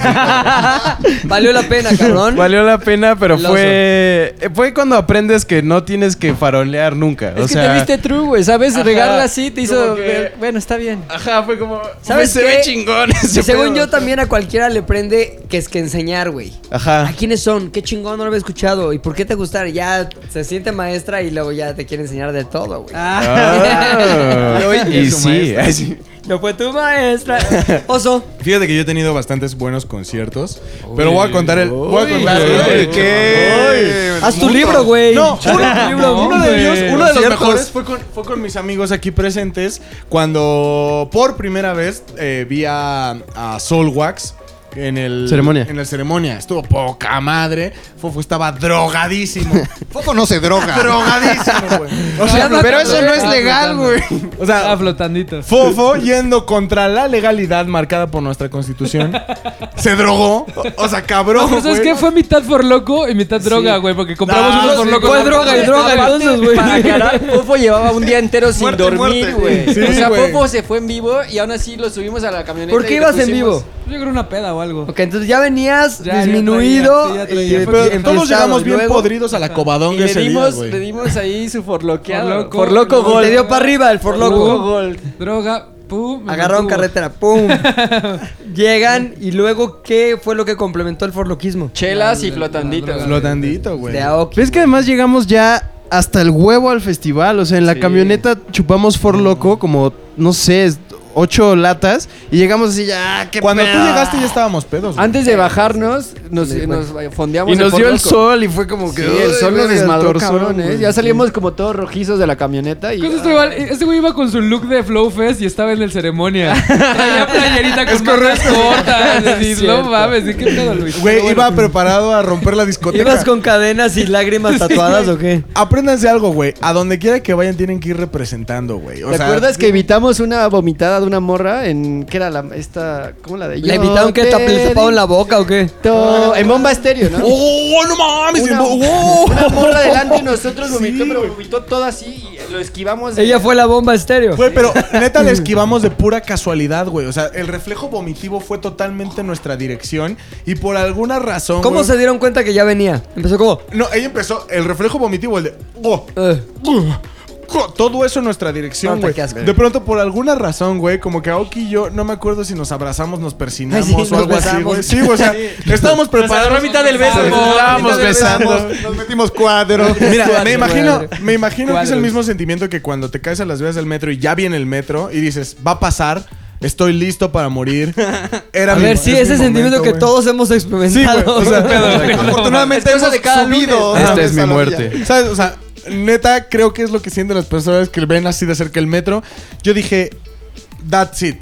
S2: Valió la pena, cabrón.
S8: Valió la pena, pero
S2: El
S8: fue eh, fue cuando aprendes que no tienes que farolear nunca.
S3: Es
S8: o
S3: que
S8: sea,
S3: te viste true, güey, ¿sabes?
S8: Ajá.
S3: Regarla así te hizo...
S8: Como que-
S3: Bueno, está bien.
S8: Ajá, fue como.
S2: ¿Sabes
S8: se
S2: qué?
S8: ve chingón. ese
S2: Y según
S8: pedo.
S2: yo también a cualquiera le prende que es que enseñar, güey. ¿A
S8: Ajá.
S2: quiénes son? ¿Qué chingón no lo había escuchado? ¿Y por qué te gustaron? Ya se siente maestra y luego ya te quiere enseñar de todo, güey.
S8: Ah.
S4: Oye,
S8: y
S4: es su
S8: sí.
S4: maestra.
S8: ay, sí.
S2: No fue tu maestra. Oso.
S4: Fíjate que yo he tenido bastantes buenos conciertos, pero voy a contar el. Voy a contar
S8: Uy.
S4: el que.
S2: Haz tu libro, güey.
S4: No, uno,
S6: libro,
S4: uno de
S6: hombre.
S4: ellos, uno de los
S5: Conciertos.
S4: mejores fue con, fue con mis amigos aquí presentes cuando por primera vez eh, vi a, a Solwax. En el
S8: Ceremonia.
S4: En la ceremonia. Estuvo poca madre. Fofo estaba drogadísimo.
S5: Fofo no se droga.
S4: drogadísimo, güey. O sea,
S6: Estaba
S4: pero eso no es
S6: flotando.
S4: legal, güey. O sea,
S6: Estaba Ah, flotandito.
S4: Fofo, yendo contra la legalidad marcada por nuestra constitución, se drogó. O sea,
S6: No,
S4: cabrón.
S6: pero ¿sabes
S4: güey.
S6: qué? Fue mitad por loco y mitad droga, güey. Porque compramos
S4: No,
S6: unos por
S4: sí,
S6: loco.
S4: fue
S3: droga y droga,
S6: entonces, güey.
S3: Para aclarar, Fofo llevaba un día entero sin
S4: Muerte,
S3: dormir,
S4: muerte.
S3: güey.
S4: Sí,
S3: o sea,
S4: güey.
S3: Fofo se fue en vivo y aún así lo subimos a la camioneta.
S2: ¿Por qué
S3: y le
S2: ibas en
S3: pusimos-
S2: vivo?
S6: Yo creo una peda o algo.
S2: Ok, entonces ya venías
S6: Ya, ya
S2: disminuido.
S6: traía, sí, ya traía.
S2: y- y
S6: Pero
S4: Pero
S2: empezado,
S4: todos llegamos
S2: y
S4: bien
S2: luego
S4: podridos a la
S3: Y
S4: cobadonga
S3: le
S4: ese día,
S3: dimos, le
S4: güey.
S3: dimos ahí su forloqueado.
S6: Forloco.
S3: Por loco
S6: Te
S3: gol.
S2: Te dio para arriba el forloco.
S3: gol.
S6: Droga, pum. me
S2: Agarraron
S6: mantuvo.
S2: carretera, ¡pum! Llegan y luego, ¿qué fue lo que complementó el forloquismo?
S3: Chelas y
S6: la-
S3: flotanditas.
S6: la-
S4: Flotandito, güey.
S2: De Aoki.
S8: ¿Ves que además llegamos ya hasta el huevo al festival? O sea, en la
S3: Sí.
S8: camioneta chupamos For Loco como, no sé, ocho latas y llegamos así ya, ah, qué
S4: Cuando tú
S8: pedo.
S4: llegaste ya estábamos pedos. güey.
S3: Antes de bajarnos, nos,
S2: Sí, bueno.
S3: nos fondeamos
S8: Y
S3: en
S8: nos dio el
S3: Forloco.
S8: sol y fue como que.
S3: Sí, el
S8: "Uy,
S3: sol nos
S8: verga, el
S3: desmadró,
S8: torzón,
S3: cabrón, ¿eh?
S8: güey".
S3: Ya salíamos como todos rojizos de la camioneta y... ah,
S6: Pues este güey- Este güey iba con su look de Flow Fest y estaba en el ceremonia. Traía playerita con mangas cortas. así, no mames, ¿de qué pedo, Luis?
S4: Güey, iba preparado a romper la discoteca.
S2: ¿Ibas con cadenas y lágrimas tatuadas o qué?
S4: Apréndanse algo, güey. A donde quiera que vayan tienen que ir representando, güey. O
S3: ¿Te
S4: sea,
S3: acuerdas que evitamos una vomitada de una morra en... ¿Qué era la... esta... ¿Cómo la de
S2: ¿Le invitaron que
S3: Yo
S2: tap- le
S3: te
S2: taparon la boca o qué?
S3: dicto- En bomba estéreo, ¿no?
S4: ¡Oh, no mames!
S3: Una, una morra delante de nosotros vomitó, pero vomitó todo así y lo esquivamos. de-
S2: Ella fue la bomba estéreo.
S4: Güey, pero neta le esquivamos de pura casualidad, güey. O sea, el reflejo vomitivo fue totalmente en nuestra dirección y por alguna razón.
S2: ¿Cómo
S4: güey,
S2: se dieron cuenta que ya venía? Empezó como. "Eh,
S4: No, ella empezó el reflejo vomitivo, el de. "Oh,
S2: "Ugh".
S4: Co- Todo eso en nuestra dirección,
S2: Puta,
S4: güey.
S2: qué asco.
S4: De pronto, por alguna razón, güey, como que Aoki y yo, no me acuerdo si nos abrazamos, nos persinamos
S2: Ay, sí,
S4: o
S2: nos
S4: algo así,
S2: besamos.
S4: güey. Sí, güey, o sea, estábamos preparados.
S6: agarró a mitad del beso,
S4: Nos
S6: güey.
S4: estábamos
S6: A mitad del beso.
S4: besando.
S5: Nos metimos cuadro.
S4: Mira, me
S6: Cuadros,
S4: imagino,
S6: cuadros.
S4: me imagino que es el
S6: Cuadros.
S4: mismo sentimiento que cuando te caes a las vías del metro y ya viene el metro y dices, va a pasar, estoy listo para morir. Era
S2: A
S4: mi-
S2: ver,
S4: es
S2: sí,
S4: mi
S2: ese sentimiento
S4: momento,
S2: que
S4: güey.
S2: todos hemos
S4: Sí, güey,
S2: experimentado.
S4: o sea,
S5: Afortunadamente
S3: Es cosa
S5: hemos
S3: de cada
S5: subido.
S8: lunes.
S6: Este,
S8: Esta
S5: Ah,
S8: es mi
S5: esa
S8: muerte.
S2: Este.
S5: orilla.
S4: ¿Sabes? O sea, neta, creo que es lo que sienten las personas que ven así de cerca el metro. Yo dije, that's it.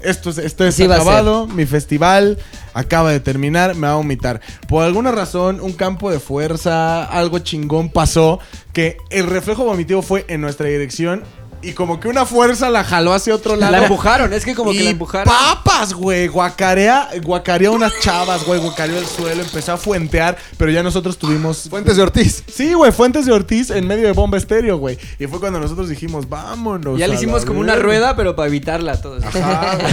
S4: Esto es, esto es
S2: Así va a
S4: acabado, mi festival acaba de terminar, me va a vomitar. Por alguna razón, un campo de fuerza, algo chingón pasó, que el reflejo vomitivo fue en nuestra dirección y como que una fuerza la jaló hacia otro lado.
S3: La empujaron, es que como que
S4: Y
S3: la empujaron.
S4: Papas, güey. Guacarea, guacarea unas chavas, güey. Guacareó el suelo, empezó a fuentear, pero ya nosotros tuvimos.
S5: Fuentes de Ortiz.
S4: Sí, güey, Fuentes de Ortiz en medio de bomba estéreo, güey. Y fue cuando nosotros dijimos, vámonos.
S3: Ya le
S4: a la
S3: hicimos como una
S4: verga. Ah,
S3: rueda, pero para evitarla todos.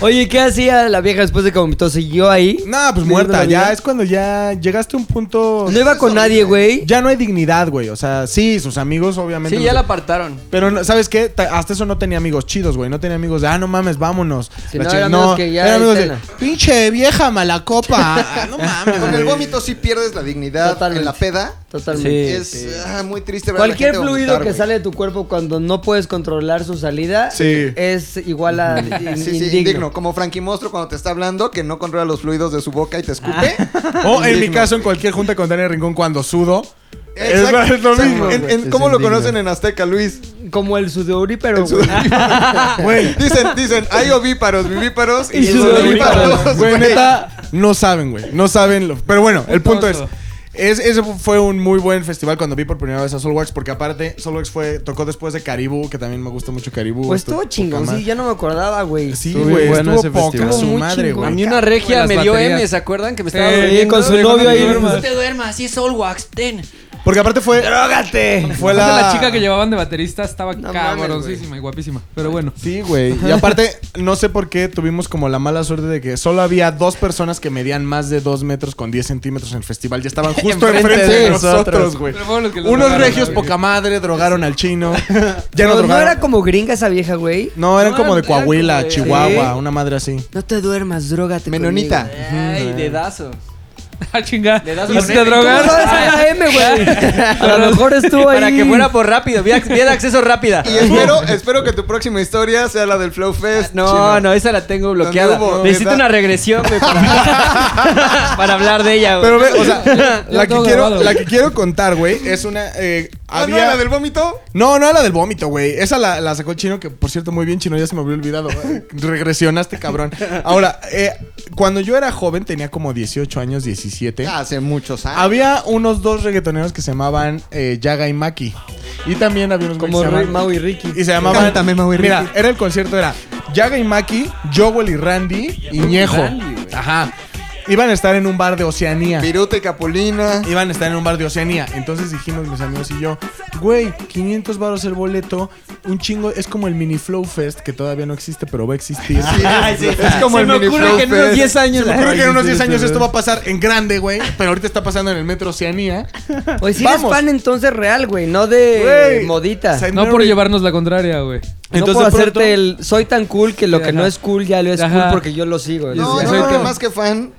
S2: Oye, ¿qué hacía la vieja después de que vomitó? ¿Siguió ahí?
S4: Nah, pues
S2: ¿Viviendo la
S4: muerta.
S2: vida?
S4: Ya es cuando ya llegaste a un punto.
S2: No iba con nadie, güey.
S4: Ya no hay dignidad, güey. O sea, sí, sus amigos, obviamente.
S3: Sí,
S4: los-
S3: ya la apartaron.
S4: Pero, no- ¿sabes qué? Ta- Hasta eso no tenía amigos chidos, güey. No tenía amigos de, ah, no mames, vámonos.
S2: Sí,
S4: La
S2: no,
S4: chi-
S2: eran amigos que ya
S4: eran amigos
S2: ahí
S4: de, pinche vieja malacopa. Ah, no mames.
S5: Con el
S4: güey.
S5: vómito sí pierdes la dignidad
S2: Totalmente.
S5: en la peda.
S2: Totalmente.
S3: Sí,
S5: es
S3: sí.
S5: ah, muy triste. ver a la
S2: Cualquier
S5: gente
S2: fluido
S5: vomitar,
S2: que
S5: güey.
S2: sale de tu cuerpo cuando no puedes controlar su salida
S4: Sí.
S2: es igual a in-
S5: Sí, sí, indigno.
S2: indigno.
S5: Como Frankie Monstruo cuando te está hablando, que no controla los fluidos de su boca y te escupe.
S4: O en mi caso, en cualquier junta con Daniel Rincón, cuando sudo. Es,
S5: Exacto.
S4: es lo
S5: Exacto.
S4: mismo.
S5: En-
S4: güey.
S5: en-
S8: Es
S5: ¿Cómo lo
S8: indigno.
S5: conocen en Azteca, Luis?
S2: Como el sudorípero. güey. Ah,
S4: Güey,
S5: Dicen, dicen, hay ovíparos, vivíparos
S2: Y
S5: y,
S2: sus
S5: sudovíparos.
S4: Güey,
S5: güey.
S4: neta, no saben, güey. No saben. lo- pero bueno, el punto es.
S6: Putoso.
S4: es- ese fue un muy buen festival cuando vi por primera vez a Solwax, porque aparte Solwax fue, tocó después de Caribú, que también me gusta mucho Caribú.
S2: Pues estuvo chingón, sí, ya no me acordaba, güey.
S4: Sí,
S8: Estuvo
S4: güey,
S8: bien bueno
S4: estuvo
S8: ese
S4: poca
S8: festival.
S4: su
S2: Muy
S4: madre,
S2: chingón.
S4: güey.
S3: A mí una regia
S6: Las
S3: me dio
S6: baterías.
S3: M, ¿se acuerdan? Que me
S4: eh,
S3: estaba
S2: Sí,
S3: durmiendo.
S2: con su
S3: Dejó
S2: novio
S3: de
S2: ahí.
S3: dormir.
S4: pues,
S3: No este te duermas, sí es Solwax, ten.
S4: Porque aparte fue. ¡Drógate!
S6: Aparte,
S4: Fue la.
S6: la chica que llevaban de baterista estaba
S2: No mames,
S6: cabrosísima y guapísima. Pero bueno.
S4: Sí, güey. Y aparte, no sé por qué tuvimos como la mala suerte de que solo había dos personas que medían más de dos metros con 10 centímetros en el festival. Ya estaban justo
S6: Enfrente
S4: enfrente
S6: de
S4: de nosotros, güey.
S6: Pero fueron los que los
S4: Unos
S6: drogaron,
S4: regios
S6: güey.
S4: poca madre drogaron al chino. ya no
S2: Pero no
S4: drogaron.
S2: era como gringa esa vieja, güey.
S4: No, eran
S3: No,
S4: como de
S3: eran como
S4: Coahuila,
S3: de-
S4: Chihuahua,
S2: Sí.
S4: una madre así.
S2: No te duermas, drogate.
S5: Menonita.
S3: Ay, dedazo.
S6: Ah, chinga.
S3: Le das
S6: ¿Y
S3: una
S6: si te
S3: neta.
S2: ¿Cómo sabes
S6: drogas?
S2: a la M, güey? A lo mejor estuvo ahí.
S3: Para que fuera por rápido, vía, vía de acceso rápida.
S5: Y espero, espero que tu próxima historia sea la del Flow Fest.
S3: No,
S5: Ah, chino.
S3: no, esa la tengo bloqueada.
S5: ¿Dónde hubo?
S3: Necesito
S5: ¿Verdad?
S3: una regresión, güey, para, para hablar de ella, güey.
S4: Pero ve, o sea,
S6: Ya
S4: la que,
S6: todo
S4: quiero,
S6: grabado.
S4: la que quiero contar, güey, es una. eh,
S5: Ah, ¿no
S4: había-
S5: la del vómito?
S4: No, no la del vómito, güey. Esa la, la sacó el chino, que por cierto, muy bien, chino, ya se me había olvidado. Regresionaste, cabrón. Ahora, eh, cuando yo era joven, tenía como 18 años, 17.
S5: Hace muchos años.
S4: Había unos dos reggaetoneros que se llamaban eh, Yaga y Maki. Y también había unos güeyes
S2: Como
S4: que se
S2: Ray,
S4: llamaban-
S2: Mau y Ricky.
S4: y se llamaban.
S5: Cántame, Mau y
S4: Mira,
S5: Ricky.
S4: era el concierto, era Yaga y Maki, Jowell y Randy y Ñejo. Ajá. Iban a estar en un bar de Oceanía.
S5: Viruta y Capulina.
S4: Iban a estar en un bar de Oceanía. Entonces dijimos mis amigos y yo, güey, 500 baros el boleto, un chingo, es como el mini Flow Fest, que todavía no existe, pero va a existir.
S5: Es como
S3: Se
S5: el
S3: me
S5: mini
S3: ocurre
S5: Flow
S3: que en unos
S5: Fest.
S3: 10 años.
S4: Creo que en unos 10 años esto va a pasar en grande, güey. Pero ahorita está pasando en el metro Oceanía.
S2: Oye, si eres
S4: Vamos.
S2: fan entonces real, güey, no de
S4: Güey.
S2: modita.
S4: Se-
S6: No por llevarnos la contraria, güey.
S2: no
S4: Entonces,
S2: puedo
S4: de pronto-
S2: hacerte el soy tan cool que lo que
S6: Ajá.
S2: no es cool ya lo es
S6: Ajá.
S2: cool porque yo lo sigo.
S5: No,
S2: Sí,
S5: no,
S2: soy
S5: no,
S2: tan-
S5: más que fan,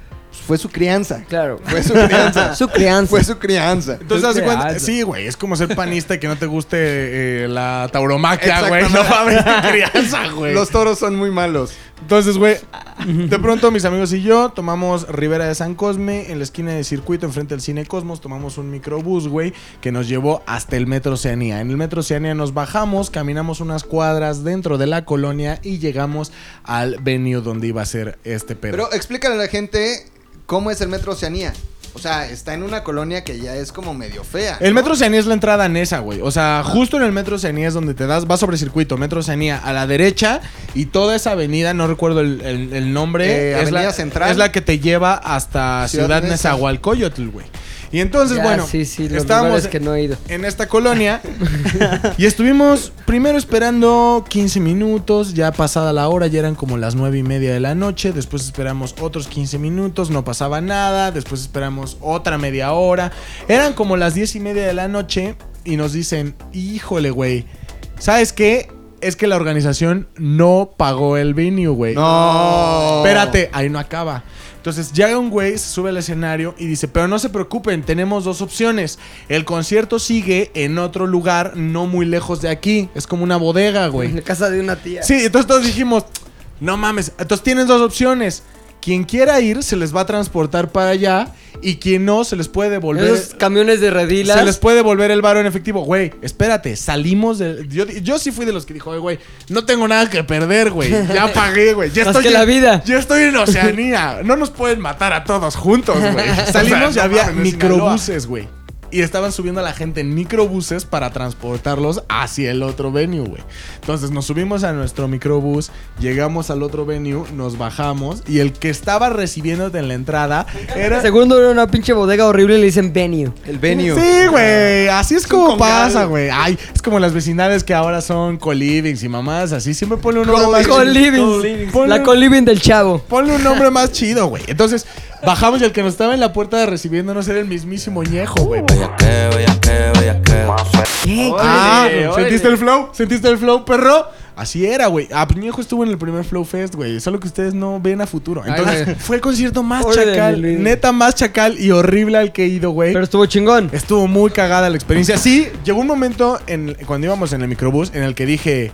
S5: fue su crianza.
S2: Claro.
S5: Fue su crianza.
S2: Su crianza.
S5: Fue su crianza.
S4: Entonces, haz de cuenta-
S6: creas.
S4: sí, güey, es como ser panista y que no te guste eh, la tauromaquia, güey. No
S5: Exactamente.
S4: mames, tu crianza, güey.
S5: Los toros son muy malos.
S4: Entonces, güey, de pronto mis amigos y yo tomamos Rivera de San Cosme en la esquina de circuito, enfrente del Cine Cosmos, tomamos un microbús, güey, que nos llevó hasta el Metro Oceanía. En el Metro Oceanía nos bajamos, caminamos unas cuadras dentro de la colonia y llegamos al venue donde iba a ser este pedo.
S5: Pero explícale a la gente cómo es el Metro Oceanía. O sea, está en una colonia que ya es como medio fea.
S4: El
S5: ¿no?
S4: Metro Oceanía es la entrada en esa, güey. O sea, justo en el Metro Oceanía es donde te das, vas sobre circuito, Metro Oceanía a la derecha y toda esa avenida, no recuerdo el, el- el nombre,
S5: Eh,
S4: es,
S5: Avenida
S4: la,
S5: Central.
S4: es la que te lleva hasta
S5: Ciudad
S4: Ciudad
S5: Neza.
S4: Nezahualcóyotl, güey. Y entonces,
S2: Ya,
S4: bueno,
S2: sí, sí, los
S4: estábamos
S2: lugares que no he ido.
S4: en esta colonia y estuvimos primero esperando 15 minutos, ya pasada la hora, ya eran como las 9 y media de la noche, después esperamos otros 15 minutos, no pasaba nada, después esperamos otra media hora, eran como las 10 y media de la noche y nos dicen, híjole güey, ¿sabes qué? Es que la organización no pagó el venue, güey.
S5: No.
S4: Espérate, ahí no acaba. Entonces llega un güey, se sube al escenario y dice, pero no se preocupen, tenemos dos opciones. El concierto sigue en otro lugar no muy lejos de aquí. Es como una bodega,
S2: En
S4: güey.
S2: la casa de una tía.
S4: Sí, entonces todos dijimos, no mames, entonces tienes dos opciones. Quien quiera ir se les va a transportar para allá y quien no se les puede devolver.
S2: Esos camiones de redilas.
S4: Se les puede devolver el varo en efectivo. Güey, espérate, salimos del. Yo, yo sí fui de los que dijo, "Oye, güey, no tengo nada que perder, güey. Ya pagué, güey. Ya
S2: Más
S4: estoy
S2: que
S4: en,
S2: la vida."
S4: Ya estoy en Oceanía. No nos pueden matar a todos juntos, güey. Salimos
S1: O sea,
S4: y
S1: no
S4: había
S1: mames, en
S4: microbuses, güey. y estaban subiendo a la gente en microbuses para transportarlos hacia el otro venue, güey. Entonces nos subimos a nuestro microbús, llegamos al otro venue, nos bajamos y el que estaba recibiéndote en la entrada era...
S2: Segundo era una pinche bodega horrible y le dicen venue.
S8: El venue.
S4: Sí, güey. Así es como pasa, güey. Ay, es como las vecindades que ahora son colivings y mamás. Así siempre ponle un nombre más
S2: Coliving.
S4: Ponle-
S2: La coliving del chavo.
S4: Ponle un nombre más chido, güey. Entonces, bajamos y el que nos estaba en la puerta de recibiéndonos era el mismísimo ñejo, güey.
S2: ¿Qué?
S4: Ah,
S3: Órale,
S4: ¿sentiste
S3: órale.
S4: el flow? ¿Sentiste el flow, perro? Así era, güey. Ah, Ñejo estuvo en el primer Flow Fest, güey. Solo que ustedes no ven a futuro.
S6: Ay,
S4: Entonces,
S6: güey.
S4: fue el concierto más
S2: Órale,
S4: chacal,
S2: Luis.
S4: neta más chacal y horrible al que he ido, güey.
S2: Pero estuvo chingón.
S4: Estuvo muy cagada la experiencia. Sí, llegó un momento en, cuando íbamos en el microbús en el que dije,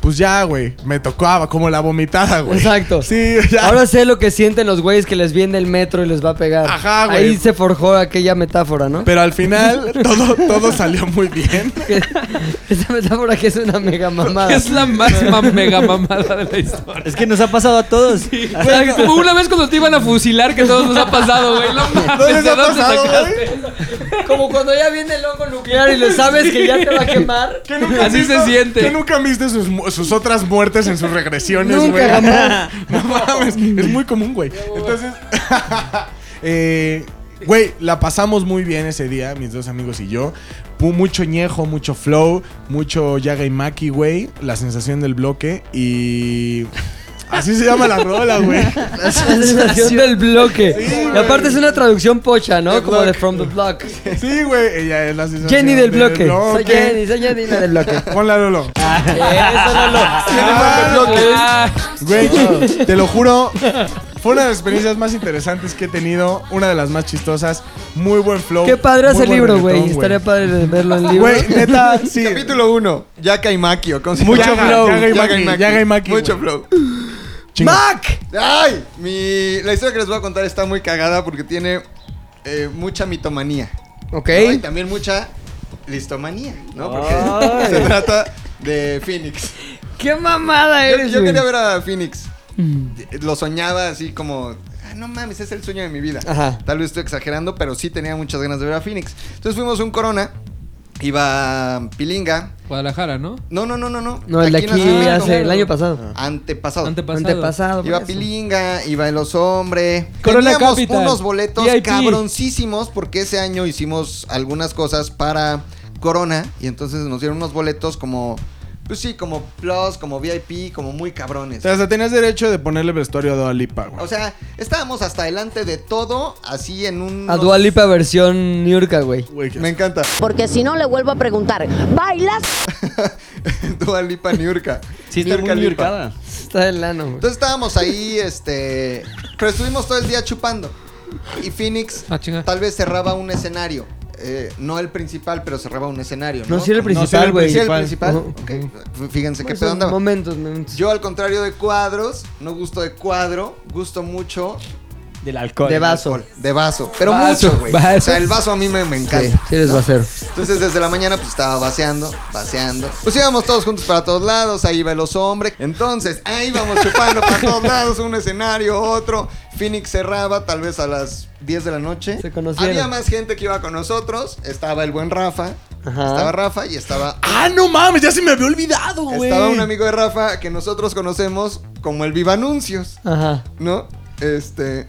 S4: pues ya, güey, me tocaba como la vomitada, güey.
S2: Exacto.
S4: Sí, ya.
S2: Ahora sé lo que sienten los güeyes que les viene el metro y les va a pegar.
S4: Ajá, güey.
S2: Ahí se forjó aquella metáfora, ¿no?
S4: Pero al final todo, todo salió muy bien.
S2: Que- Esa metáfora que es una mega mamada.
S6: Es la máxima mega mamada de la historia.
S10: Es que nos ha pasado a todos.
S6: Como una vez cuando te iban a fusilar, que todos nos ha pasado, güey. No mames,
S4: les
S6: ¿de
S4: ha
S6: dónde
S4: pasado,
S6: sacaste?
S2: Como cuando ya viene el hongo nuclear y le sabes que ya te va a quemar.
S4: ¿Qué nunca
S6: Así
S4: has
S6: se siente.
S4: ¿Qué nunca viste sus, mu- sus otras muertes en sus regresiones,
S2: Nunca,
S4: güey?
S2: jamás.
S4: No mames, es muy común, güey. Entonces, eh, güey, la pasamos muy bien ese día, mis dos amigos y yo. Pu- Mucho ñejo, mucho flow, mucho Yaga y Maki, güey. La sensación del bloque y... Así se llama la rola, güey.
S2: La sensación del bloque. y
S4: güey.
S2: aparte es una traducción pocha, ¿no?
S4: Del
S2: Como de
S4: bloque.
S2: From the Block.
S4: Sí, güey, ella es la sensación
S2: Jenny del bloque. Soy Jenny, soy Jenny la del bloque.
S4: Ponla, Lolo.
S2: Eso no lo.
S4: Ah,
S6: Ah,
S4: Güey, te lo juro. Fue una de las experiencias más interesantes que he tenido, una de las más chistosas, muy buen flow.
S2: Qué padre
S4: muy
S2: hace el
S4: buen
S2: libro,
S4: reggaetón,
S2: güey. Estaría padre de verlo en libro.
S4: Güey, neta, sí.
S5: Capítulo 1. Yaka y Maki. o ¿cómo se
S4: Mucho
S5: llama?
S4: flow.
S5: Yaga y
S4: Yaga y
S5: Maki.
S4: Maki, Yaga y Maki,
S5: Mucho
S4: güey.
S5: flow.
S4: Chingo.
S2: ¡Mac!
S5: Ay, mi, la historia que les voy a contar está muy cagada porque tiene eh, mucha mitomanía.
S2: Ok.
S5: ¿no? Y también mucha listomanía, ¿no? Porque se trata de Phoenix.
S2: ¡Qué mamada
S5: Yo,
S2: eres,
S5: yo
S2: güey! Mm.
S5: quería ver a Phoenix. Lo soñaba así como. "Ah, No mames, es el sueño de mi vida.
S2: Ajá.
S5: Tal vez estoy exagerando, pero sí tenía muchas ganas de ver a Phoenix. Entonces fuimos a un corona, iba a Pilinga.
S6: Guadalajara, ¿no?
S5: No, no, no, no, no.
S2: No, el de
S5: en la
S2: aquí
S5: Ciudad de
S6: Ah,
S5: México.
S2: hace el
S6: claro.
S2: año pasado.
S5: Antepasado.
S6: Antepasado.
S2: Antepasado. pues.
S5: Iba
S2: por eso.
S5: Pilinga, iba El Osombre.
S6: Corona
S5: Teníamos
S6: Capital,
S5: unos boletos
S6: VIP.
S5: cabroncísimos porque ese año hicimos algunas cosas para Corona y entonces nos dieron unos boletos como, pues sí, como Plus, como VIP, como muy cabrones.
S4: O sea, hasta tenías derecho de ponerle vestuario a Dua Lipa, güey.
S5: O sea, estábamos hasta adelante de todo, así en un...
S2: A Dua Lipa versión Niurka, güey.
S4: Güey, qué
S5: Me encanta.
S9: Porque si no le vuelvo a preguntar, ¿bailas?
S5: Dua Lipa Niurka.
S10: Sí, está muy
S5: Niurka Lipa.
S10: liurcada.
S2: Está del lano, güey.
S5: Entonces estábamos ahí, este... Pero estuvimos todo el día chupando. Y Phoenix
S6: Ah, chinga.
S5: tal vez cerraba un escenacio. Eh, no el principal, pero cerraba un escenario. No,
S2: No, sí era el
S4: sí era
S2: principal,
S4: el
S2: güey.
S5: ¿Sí era el
S2: principal.
S5: principal.
S2: Ujú.
S5: Ok. Fíjense qué
S2: Esos
S5: pedo andaba.
S2: Momentos, momentos.
S5: Yo, al contrario de cuadros, no gusto de cuadro, gusto mucho
S10: Del alcohol.
S2: De vaso.
S5: alcohol, de vaso. Pero
S6: Vaso,
S5: mucho, güey.
S6: vaso.
S5: O sea, el vaso a mí me, me encanta.
S2: Sí, sí eres vasero.
S5: Entonces desde la mañana pues estaba vaciando, vaciando. Pues íbamos todos juntos para todos lados, ahí iba los hombres. Entonces, ahí vamos chupando para todos lados, un escenario, otro. Phoenix cerraba tal vez a las 10 de la noche.
S2: Se conocieron.
S5: Había más gente que iba con nosotros, estaba el buen Rafa.
S2: Ajá.
S5: Estaba Rafa y estaba
S4: ¡Ah, no mames! Ya se me había olvidado, güey.
S5: estaba un amigo de Rafa que nosotros conocemos como el Viva Anuncios.
S2: Ajá.
S5: ¿no? Este.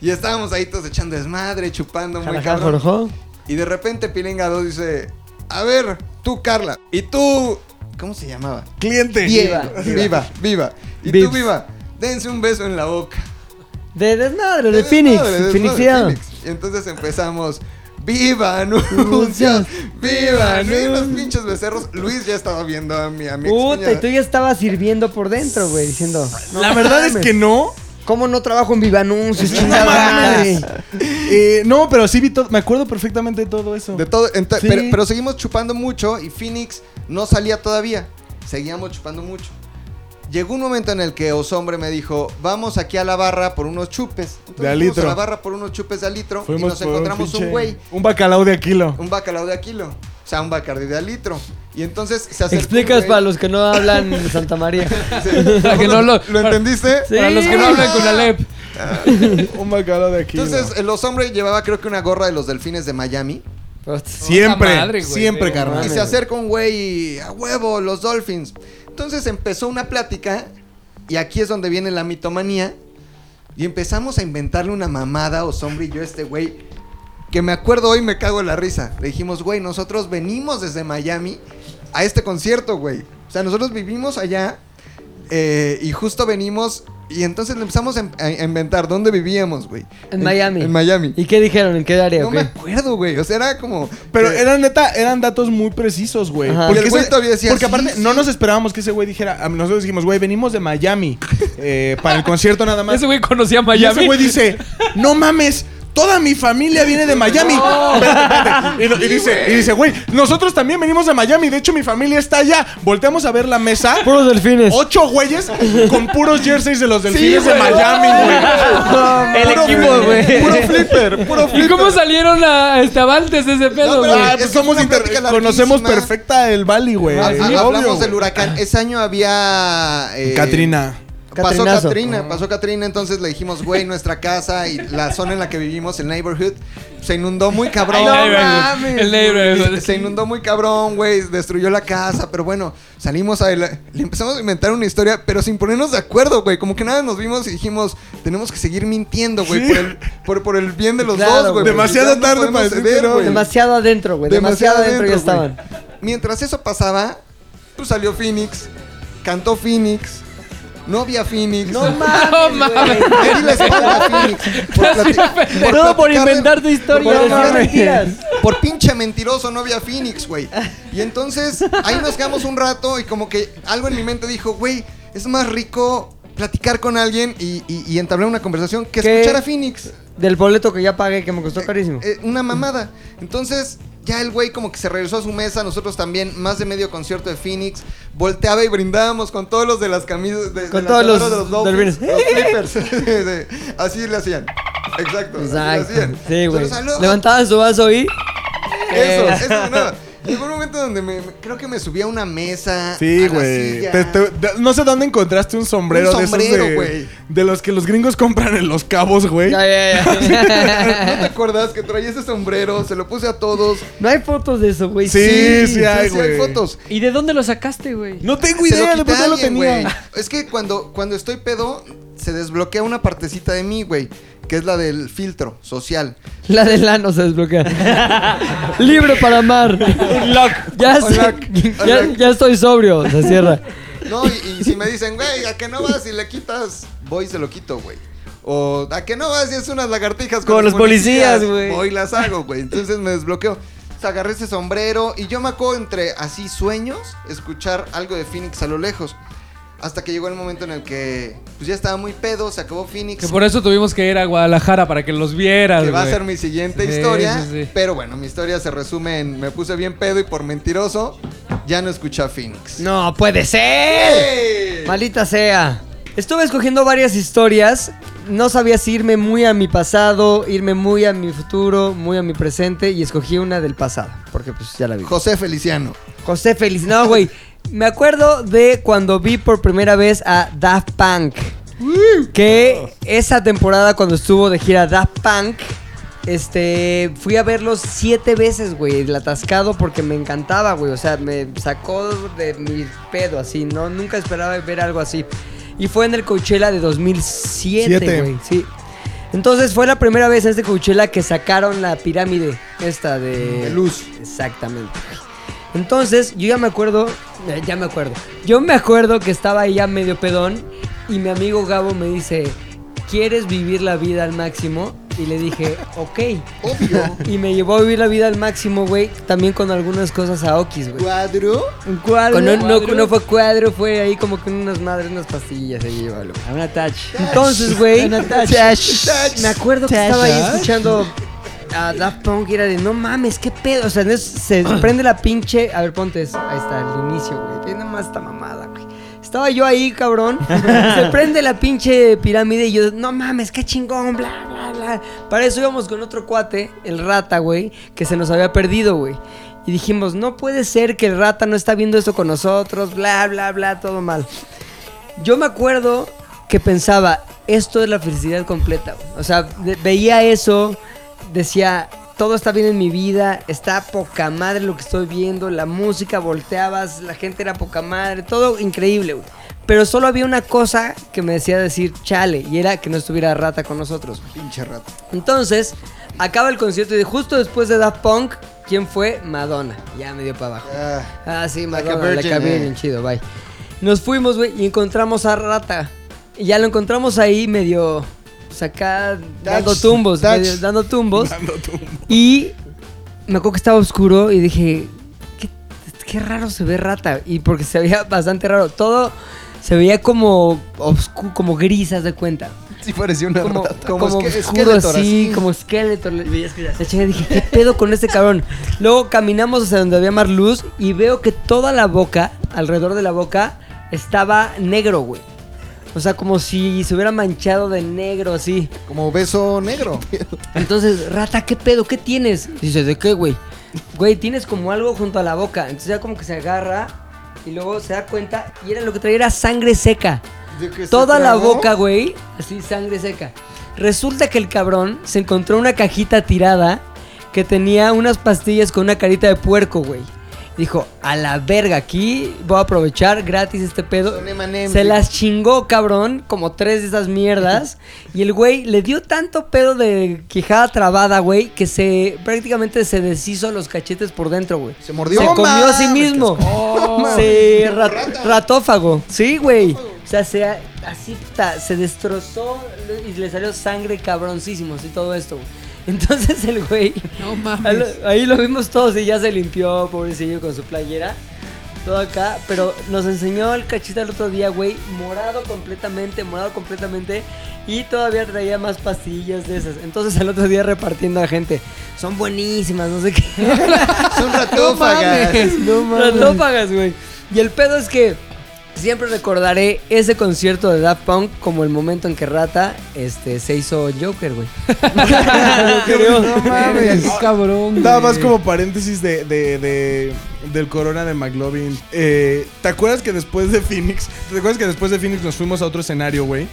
S5: Y estábamos ahí todos echando desmadre, chupando muy
S2: Jalaja,
S5: cabrón.
S2: Jorjó.
S5: Y de repente Pilinga 2 dice: A ver, tú, Carla. Y tú. ¿Cómo se llamaba?
S4: Cliente.
S5: Diego. Viva, viva. Y
S2: Vips.
S5: tú, viva. Dense un beso en la boca.
S2: De desmadre, de
S5: Madre,
S2: Phoenix.
S5: madre, madre,
S2: Phoenixiano.
S5: Phoenix. Y entonces empezamos. ¡Viva anuncios! ¡Viva anuncios! Los pinches becerros. Luis ya estaba viendo a mi, a mi
S2: Puta, y
S5: excuñada.
S2: tú ya estabas sirviendo por dentro, güey, diciendo. "No
S4: La verdad es
S2: mames,
S4: que no.
S2: ¿Cómo no trabajo en Viva Anuncios, chingada
S4: mames.
S2: madre?
S4: Eh, no, pero sí vi todo. Me acuerdo perfectamente de todo eso.
S5: De todo, ento-
S4: Sí.
S5: pero, pero seguimos chupando mucho y Phoenix no salía todavía. Seguíamos chupando mucho. Llegó un momento en el que Osombre me dijo, vamos aquí a la barra por unos chupes. Entonces
S4: De al
S5: fuimos
S4: litro.
S5: a la barra por unos chupes de al litro y nos
S4: por
S5: encontramos un
S4: pinche-
S5: güey,
S4: Un bacalao de Aquilo.
S5: un bacalao de a kilo. O sea, un bacardi de al litro. Y entonces se acercó un
S2: Explicas
S5: güey-
S2: para los que no hablan de Santa María.
S5: Sí.
S6: Para que no lo-
S5: ¿Lo entendiste?
S2: Sí.
S6: Para los que no hablan con Alep.
S4: Un bacalao de Aquilo.
S5: Entonces, el Osombre llevaba creo que una gorra de los delfines de Miami.
S4: Siempre,
S6: madre, güey.
S4: siempre,
S6: Sí,
S4: carnal.
S5: Y se acerca un güey y a huevo, los Dolphins. Entonces empezó una plática y aquí es donde viene la mitomanía. Y empezamos a inventarle una mamada o sombrillo a este güey. Que me acuerdo hoy me cago en la risa. Le dijimos, güey, nosotros venimos desde Miami a este concierto, güey. O sea, nosotros vivimos allá eh, y justo venimos y entonces le empezamos a, in- a inventar dónde vivíamos, güey.
S2: En Miami.
S5: En Miami.
S2: ¿Y qué dijeron? ¿En qué área?
S5: No
S2: o qué?
S5: me acuerdo, güey. O sea, era como...
S4: Pero
S5: eh,
S4: eran neta, eran datos muy precisos, güey.
S2: Ajá.
S5: Y el güey todavía decía,
S4: porque
S5: sí,
S4: aparte
S5: sí.
S4: no nos esperábamos que ese güey dijera, a- nosotros dijimos, güey, venimos de Miami eh, para el concierto nada más.
S6: Ese güey conocía
S4: Y
S6: Miami.
S4: ese güey dice, no mames. Toda mi familia viene de Miami. Espérate, espérate. Y, lo- y dice, y dice, güey, nosotros también venimos de Miami. De hecho, mi familia está allá. Volteamos a ver la mesa.
S2: Puros delfines.
S4: Ocho güeyes con puros jerseys de los delfines de
S5: güey.
S4: Miami, güey.
S10: El
S4: Puro-
S10: equipo, güey.
S4: Puro flipper, puro
S6: ¿Y cómo salieron a este Avantes de ese pedo,
S5: No, pero-
S6: güey?
S4: Ah,
S5: Es
S4: pues
S5: que es
S4: somos
S5: una
S4: inter-
S5: plática
S4: conocemos
S5: larguísima.
S4: perfecta el Bali, güey.
S5: Ah, ah,
S4: Sí, obvio.
S5: hablamos del huracán. Ese año había. eh,
S4: Katrina.
S5: Pasó
S2: Catrinazo.
S5: Katrina, pasó Katrina, entonces le dijimos, güey, nuestra casa y la zona en la que vivimos, el neighborhood, se inundó muy cabrón.
S6: El neighborhood,
S5: mames,
S6: el neighborhood.
S5: güey. Se inundó muy cabrón, güey, destruyó la casa, pero bueno, salimos a... Le empezamos a inventar una historia, pero sin ponernos de acuerdo, güey, como que nada, nos vimos y dijimos, tenemos que seguir mintiendo, güey, por, el, por, por el bien de los
S2: Claro,
S5: dos, güey.
S2: güey.
S4: Demasiado
S5: porque ya
S4: tarde
S5: podemos
S4: para decir que
S5: ceder,
S4: no,
S5: güey.
S2: Demasiado adentro, güey. Demasiado, adentro, ya
S5: Pues güey.
S2: estaban.
S5: Mientras eso pasaba, pues salió Phoenix, cantó Phoenix, novia Phoenix. No
S6: No mames.
S5: Le di la espalda a Phoenix. Por plati-
S10: Todo por
S5: platicarle-
S10: inventar tu historia.
S5: por
S10: no
S5: platicar-
S10: mames.
S5: Por pinche mentiroso novia Phoenix, güey. Y entonces ahí nos quedamos un rato y como que algo en mi mente dijo, güey, es más rico platicar con alguien y, y- y entablar una conversación que
S2: ¿Qué?
S5: escuchar a Phoenix.
S2: Del boleto que ya pagué, que me costó carísimo.
S5: Eh, una mamada. Entonces, ya el güey como que se regresó a su mesa, nosotros también, más de medio concierto de Phoenix, volteaba y brindábamos con todos los de las camisas de, de
S2: Con
S5: las
S2: todos los delfines.
S5: chamarras los Clippers. Sí, sí. así le hacían. Exacto.
S2: Exacto.
S5: Así le hacían.
S2: Sí, güey.
S5: Nosotros, "Aló".
S2: Levantaban su vaso y.
S5: Eso, eso de nada. Llegó un momento donde me, me- creo que me subí a una mesa.
S4: Sí,
S5: a la
S4: güey.
S5: silla.
S4: Te- te- de- No sé dónde encontraste un sombrero,
S5: Un sombrero,
S4: de esos de,
S5: güey.
S4: de los que los gringos compran en los cabos, güey.
S2: Ya, ya, ya.
S5: ¿No te acuerdas que traía ese sombrero? Se lo puse a todos.
S2: no hay fotos de eso, güey.
S4: Sí, sí hay,
S5: sí hay
S4: güey.
S5: fotos.
S10: ¿Y de dónde lo sacaste, güey?
S4: No tengo
S5: Se
S4: idea, de
S5: lo
S4: por
S5: quité
S4: qué
S5: a
S4: lo
S5: alguien, güey.
S4: tenía.
S5: Es que cuando, cuando estoy pedo, se desbloquea una partecita de mí, güey. Que es la del filtro social.
S2: La del ano se desbloquea. Libre para amar. Ya, se-
S5: Unlock.
S2: ya,
S5: Unlock.
S2: ya estoy sobrio. Se cierra.
S5: No, y, y si me dicen, güey, ¿a que no vas y le quitas? Voy y se lo quito, güey. O ¿a que no vas y es unas lagartijas con,
S10: Con los policías, güey.
S5: Voy y las hago, güey. Entonces me desbloqueo. Entonces, Agarré ese sombrero y yo me acuerdo entre así sueños escuchar algo de Phoenix a lo lejos. Hasta que llegó el momento en el que pues ya estaba muy pedo, se acabó Phoenix.
S6: Que por eso tuvimos que ir a Guadalajara para que los vieras,
S5: Que va a
S6: güey.
S5: ser mi siguiente
S6: Sí,
S5: historia.
S6: sí, sí.
S5: Pero bueno, mi historia se resume en me puse bien pedo y por mentiroso ya no escuché a Phoenix.
S2: No puede ser.
S5: ¡Ey!
S2: Malita sea. Estuve escogiendo varias historias. No sabía si irme muy a mi pasado, irme muy a mi futuro, muy a mi presente. Y escogí una del pasado. Porque pues ya la vi.
S5: José Feliciano.
S2: José Feliz. No, güey. Me acuerdo de cuando vi por primera vez a Daft Punk. Que esa temporada cuando estuvo de gira Daft Punk, este, fui a verlos siete veces, güey, el atascado porque me encantaba, güey. O sea, me sacó de mi pedo así, ¿no? Nunca esperaba ver algo así. Y fue en el Coachella de 2007,
S4: Siete.
S2: güey. Sí. Entonces fue la primera vez en este Coachella que sacaron la pirámide esta de... luz. Exactamente. Entonces, yo ya me acuerdo, eh, ya me acuerdo. Yo me acuerdo que estaba ahí ya medio pedón y mi amigo Gabo me dice, ¿quieres vivir la vida al máximo? Y le dije, ok.
S5: Obvio.
S2: Y me llevó a vivir la vida al máximo, güey, también con algunas cosas a Okis, güey.
S5: Cuadro.
S10: Un cuadro.
S2: Con un- no, no fue cuadro, fue ahí como con unas madres, unas pastillas, ahí llévalo.
S10: A una touch.
S2: Entonces, güey,
S10: Touch.
S2: me acuerdo que
S10: Touch.
S2: estaba ahí escuchando a Daft Punk y era de no mames, qué pedo. O sea, en eso se prende la pinche. A ver, ponte eso. Ahí está, el inicio, güey. Viene más esta mamada, güey. Estaba yo ahí, cabrón. Se prende la pinche pirámide y yo, no mames, qué chingón, bla, bla, bla. Para eso íbamos con otro cuate, el rata, güey, que se nos había perdido, güey. Y dijimos, no puede ser que el rata no está viendo esto con nosotros, bla, bla, bla, todo mal. Yo me acuerdo que pensaba, esto es la felicidad completa. güey. O sea, de- veía eso, decía, todo está bien en mi vida, está poca madre lo que estoy viendo, la música volteabas, la gente era poca madre, todo increíble, güey. Pero solo había una cosa que me decía decir chale, y era que no estuviera rata con nosotros.
S5: Pinche rata.
S2: Entonces, acaba el concierto y de- justo después de Daft Punk, ¿quién fue? Madonna. Ya me dio para abajo. Ah, sí,
S5: Like a
S2: Madonna, la
S5: virgin, eh.
S2: chido, bye. Nos fuimos, güey, y encontramos a Rata. Y ya lo encontramos ahí medio saca dando tumbos,
S10: touch.
S2: medio dando tumbos. Y me acuerdo que estaba oscuro y dije, qué, qué raro se ve Rata. Y porque se veía bastante raro. Todo se veía como oscuro, como grisas de cuenta.
S5: Sí, pareció una
S2: como,
S5: rata.
S2: Como, oscuro
S5: esque- esqueleto,
S2: así,
S5: así.
S2: como esqueleto. Le- Le chequé, dije, ¿qué pedo con este cabrón? Luego caminamos hacia donde había más luz y veo que toda la boca, alrededor de la boca, estaba negro, güey. O sea, como si se hubiera manchado de negro, así.
S5: Como beso negro.
S2: Entonces, rata, ¿qué pedo? ¿Qué tienes? Dice, ¿de qué, güey? Güey, tienes como algo junto a la boca. Entonces ya como que se agarra y luego se da cuenta y era lo que traía era sangre seca.
S5: De que se
S2: Toda la
S5: tragó.
S2: boca, güey, así sangre seca. Resulta que el cabrón se encontró una cajita tirada que tenía unas pastillas con una carita de puerco, güey. Dijo, a la verga, aquí voy a aprovechar gratis este pedo.
S5: Son M&M's,
S2: Se
S5: dijo.
S2: las chingó, cabrón, como tres de esas mierdas. y el güey le dio tanto pedo de quijada trabada, güey, que se prácticamente se deshizo los cachetes por dentro, güey. Se
S5: mordió.
S2: Se
S5: ¡No
S2: comió a sí
S5: mames,
S2: mismo.
S5: qué asco! ¡No
S2: se
S5: mames!
S2: ra- ratófago. Sí, güey. O sea, se, así ta- se destrozó y le salió sangre cabroncísimo, así todo esto, güey. Entonces el güey.
S6: No
S2: Ahí
S6: mames.
S2: lo, ahí lo vimos todos y ya se limpió, pobrecillo, con su playera. Todo acá, pero nos enseñó el cachita el otro día, güey, morado completamente, morado completamente. Y todavía traía más pastillas de esas. Entonces al otro día repartiendo a gente. Son buenísimas, no sé qué.
S5: Son ratófagas.
S2: No mames. Ratófagas, güey. Y el pedo es que siempre recordaré ese concierto de Daft Punk como el momento en que Rata este, se hizo Joker, güey. Creo.
S4: No mames.
S6: Qué cabrón.
S4: Nada
S6: güey.
S4: más como paréntesis de, de- de- del corona de McLovin. Eh, ¿Te acuerdas que después de Phoenix? ¿Te acuerdas que después de Phoenix nos fuimos a otro escenario, güey?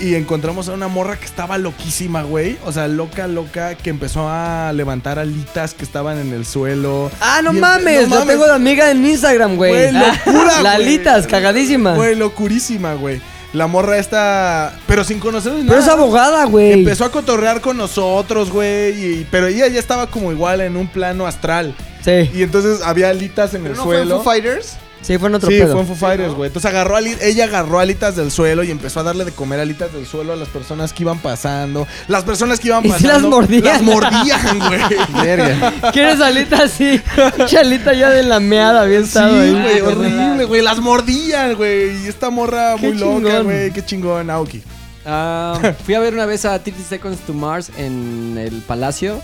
S4: Y encontramos a una morra que estaba loquísima, güey. O sea, loca, loca, que empezó a levantar alitas que estaban en el suelo.
S2: Ah, no
S4: Y empe-
S2: mames, yo tengo de amiga en Instagram, güey. Ah,
S4: Güey, locura,
S2: Lalitas, cagadísima.
S4: Güey, locurísima, güey. La morra esta, pero sin conocernos nada.
S2: Pero es abogada, güey.
S4: Empezó a cotorrear con nosotros, güey. y- Pero ella ya estaba como igual en un plano astral.
S2: Sí,
S4: Y entonces había alitas en
S5: ¿Pero
S4: el
S5: no fue en
S4: suelo.
S5: Foo Fighters?
S2: sí, fue en otro
S4: sí,
S2: pedo.
S4: fue en Foo Fighters, güey. Entonces agarró ali- ella agarró alitas del suelo y empezó a darle de comer alitas del suelo a las personas que iban pasando. Las personas que iban
S2: Y sí
S4: pasando.
S2: las mordían.
S4: Las mordían, güey.
S8: Verga.
S2: ¿Quieres alita así? Chalita ya de la meada, bien
S4: Sí,
S2: estado ahí.
S4: güey,
S2: Ah,
S4: horrible, güey. Las mordían, güey. Y esta morra
S2: Qué
S4: muy loca,
S2: chingón.
S4: güey. Qué chingón, Aoki.
S3: Ah, fui a ver una vez a 30 Seconds to Mars en el Palacio.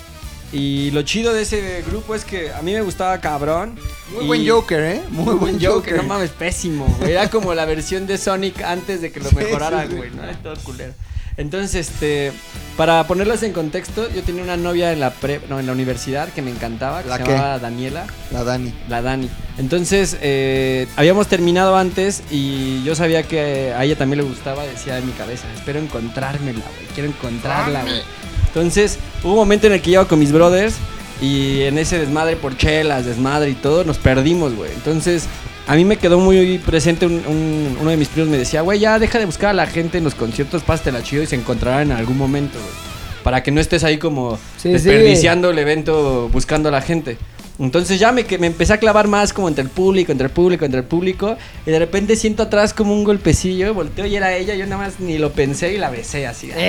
S3: Y lo chido de ese grupo es que a mí me gustaba cabrón.
S5: Muy
S3: y-
S5: buen Joker, ¿eh? Muy, buen Joker.
S3: No mames, pésimo, güey. Era como la versión de Sonic antes de que lo
S5: Sí,
S3: mejoraran,
S5: sí, sí.
S3: güey. ¿no? Ay, todo culero. Entonces, este, para ponerlas en contexto, yo tenía una novia en la pre, no, en la universidad que me encantaba, que
S5: ¿La
S3: se
S5: qué?
S3: llamaba Daniela.
S5: La Dani.
S3: La Dani. Entonces, eh, habíamos terminado antes y yo sabía que a ella también le gustaba, decía en mi cabeza, espero encontrármela, güey, quiero encontrarla, güey. Entonces, hubo un momento en el que iba con mis brothers y en ese desmadre por chelas, desmadre y todo, nos perdimos, güey. Entonces, a mí me quedó muy presente un- un- uno de mis primos me decía, güey, ya deja de buscar a la gente en los conciertos, pástela chido y se encontrarán en algún momento, güey. Para que no estés ahí como
S2: Sí, sí.
S3: desperdiciando el evento buscando a la gente. Entonces ya me, que- me empecé a clavar más como entre el público, entre el público, entre el público. Y de repente siento atrás como un golpecillo. Volteo y era ella. Yo nada más ni lo pensé y la besé así.
S2: Eso,
S3: Ya,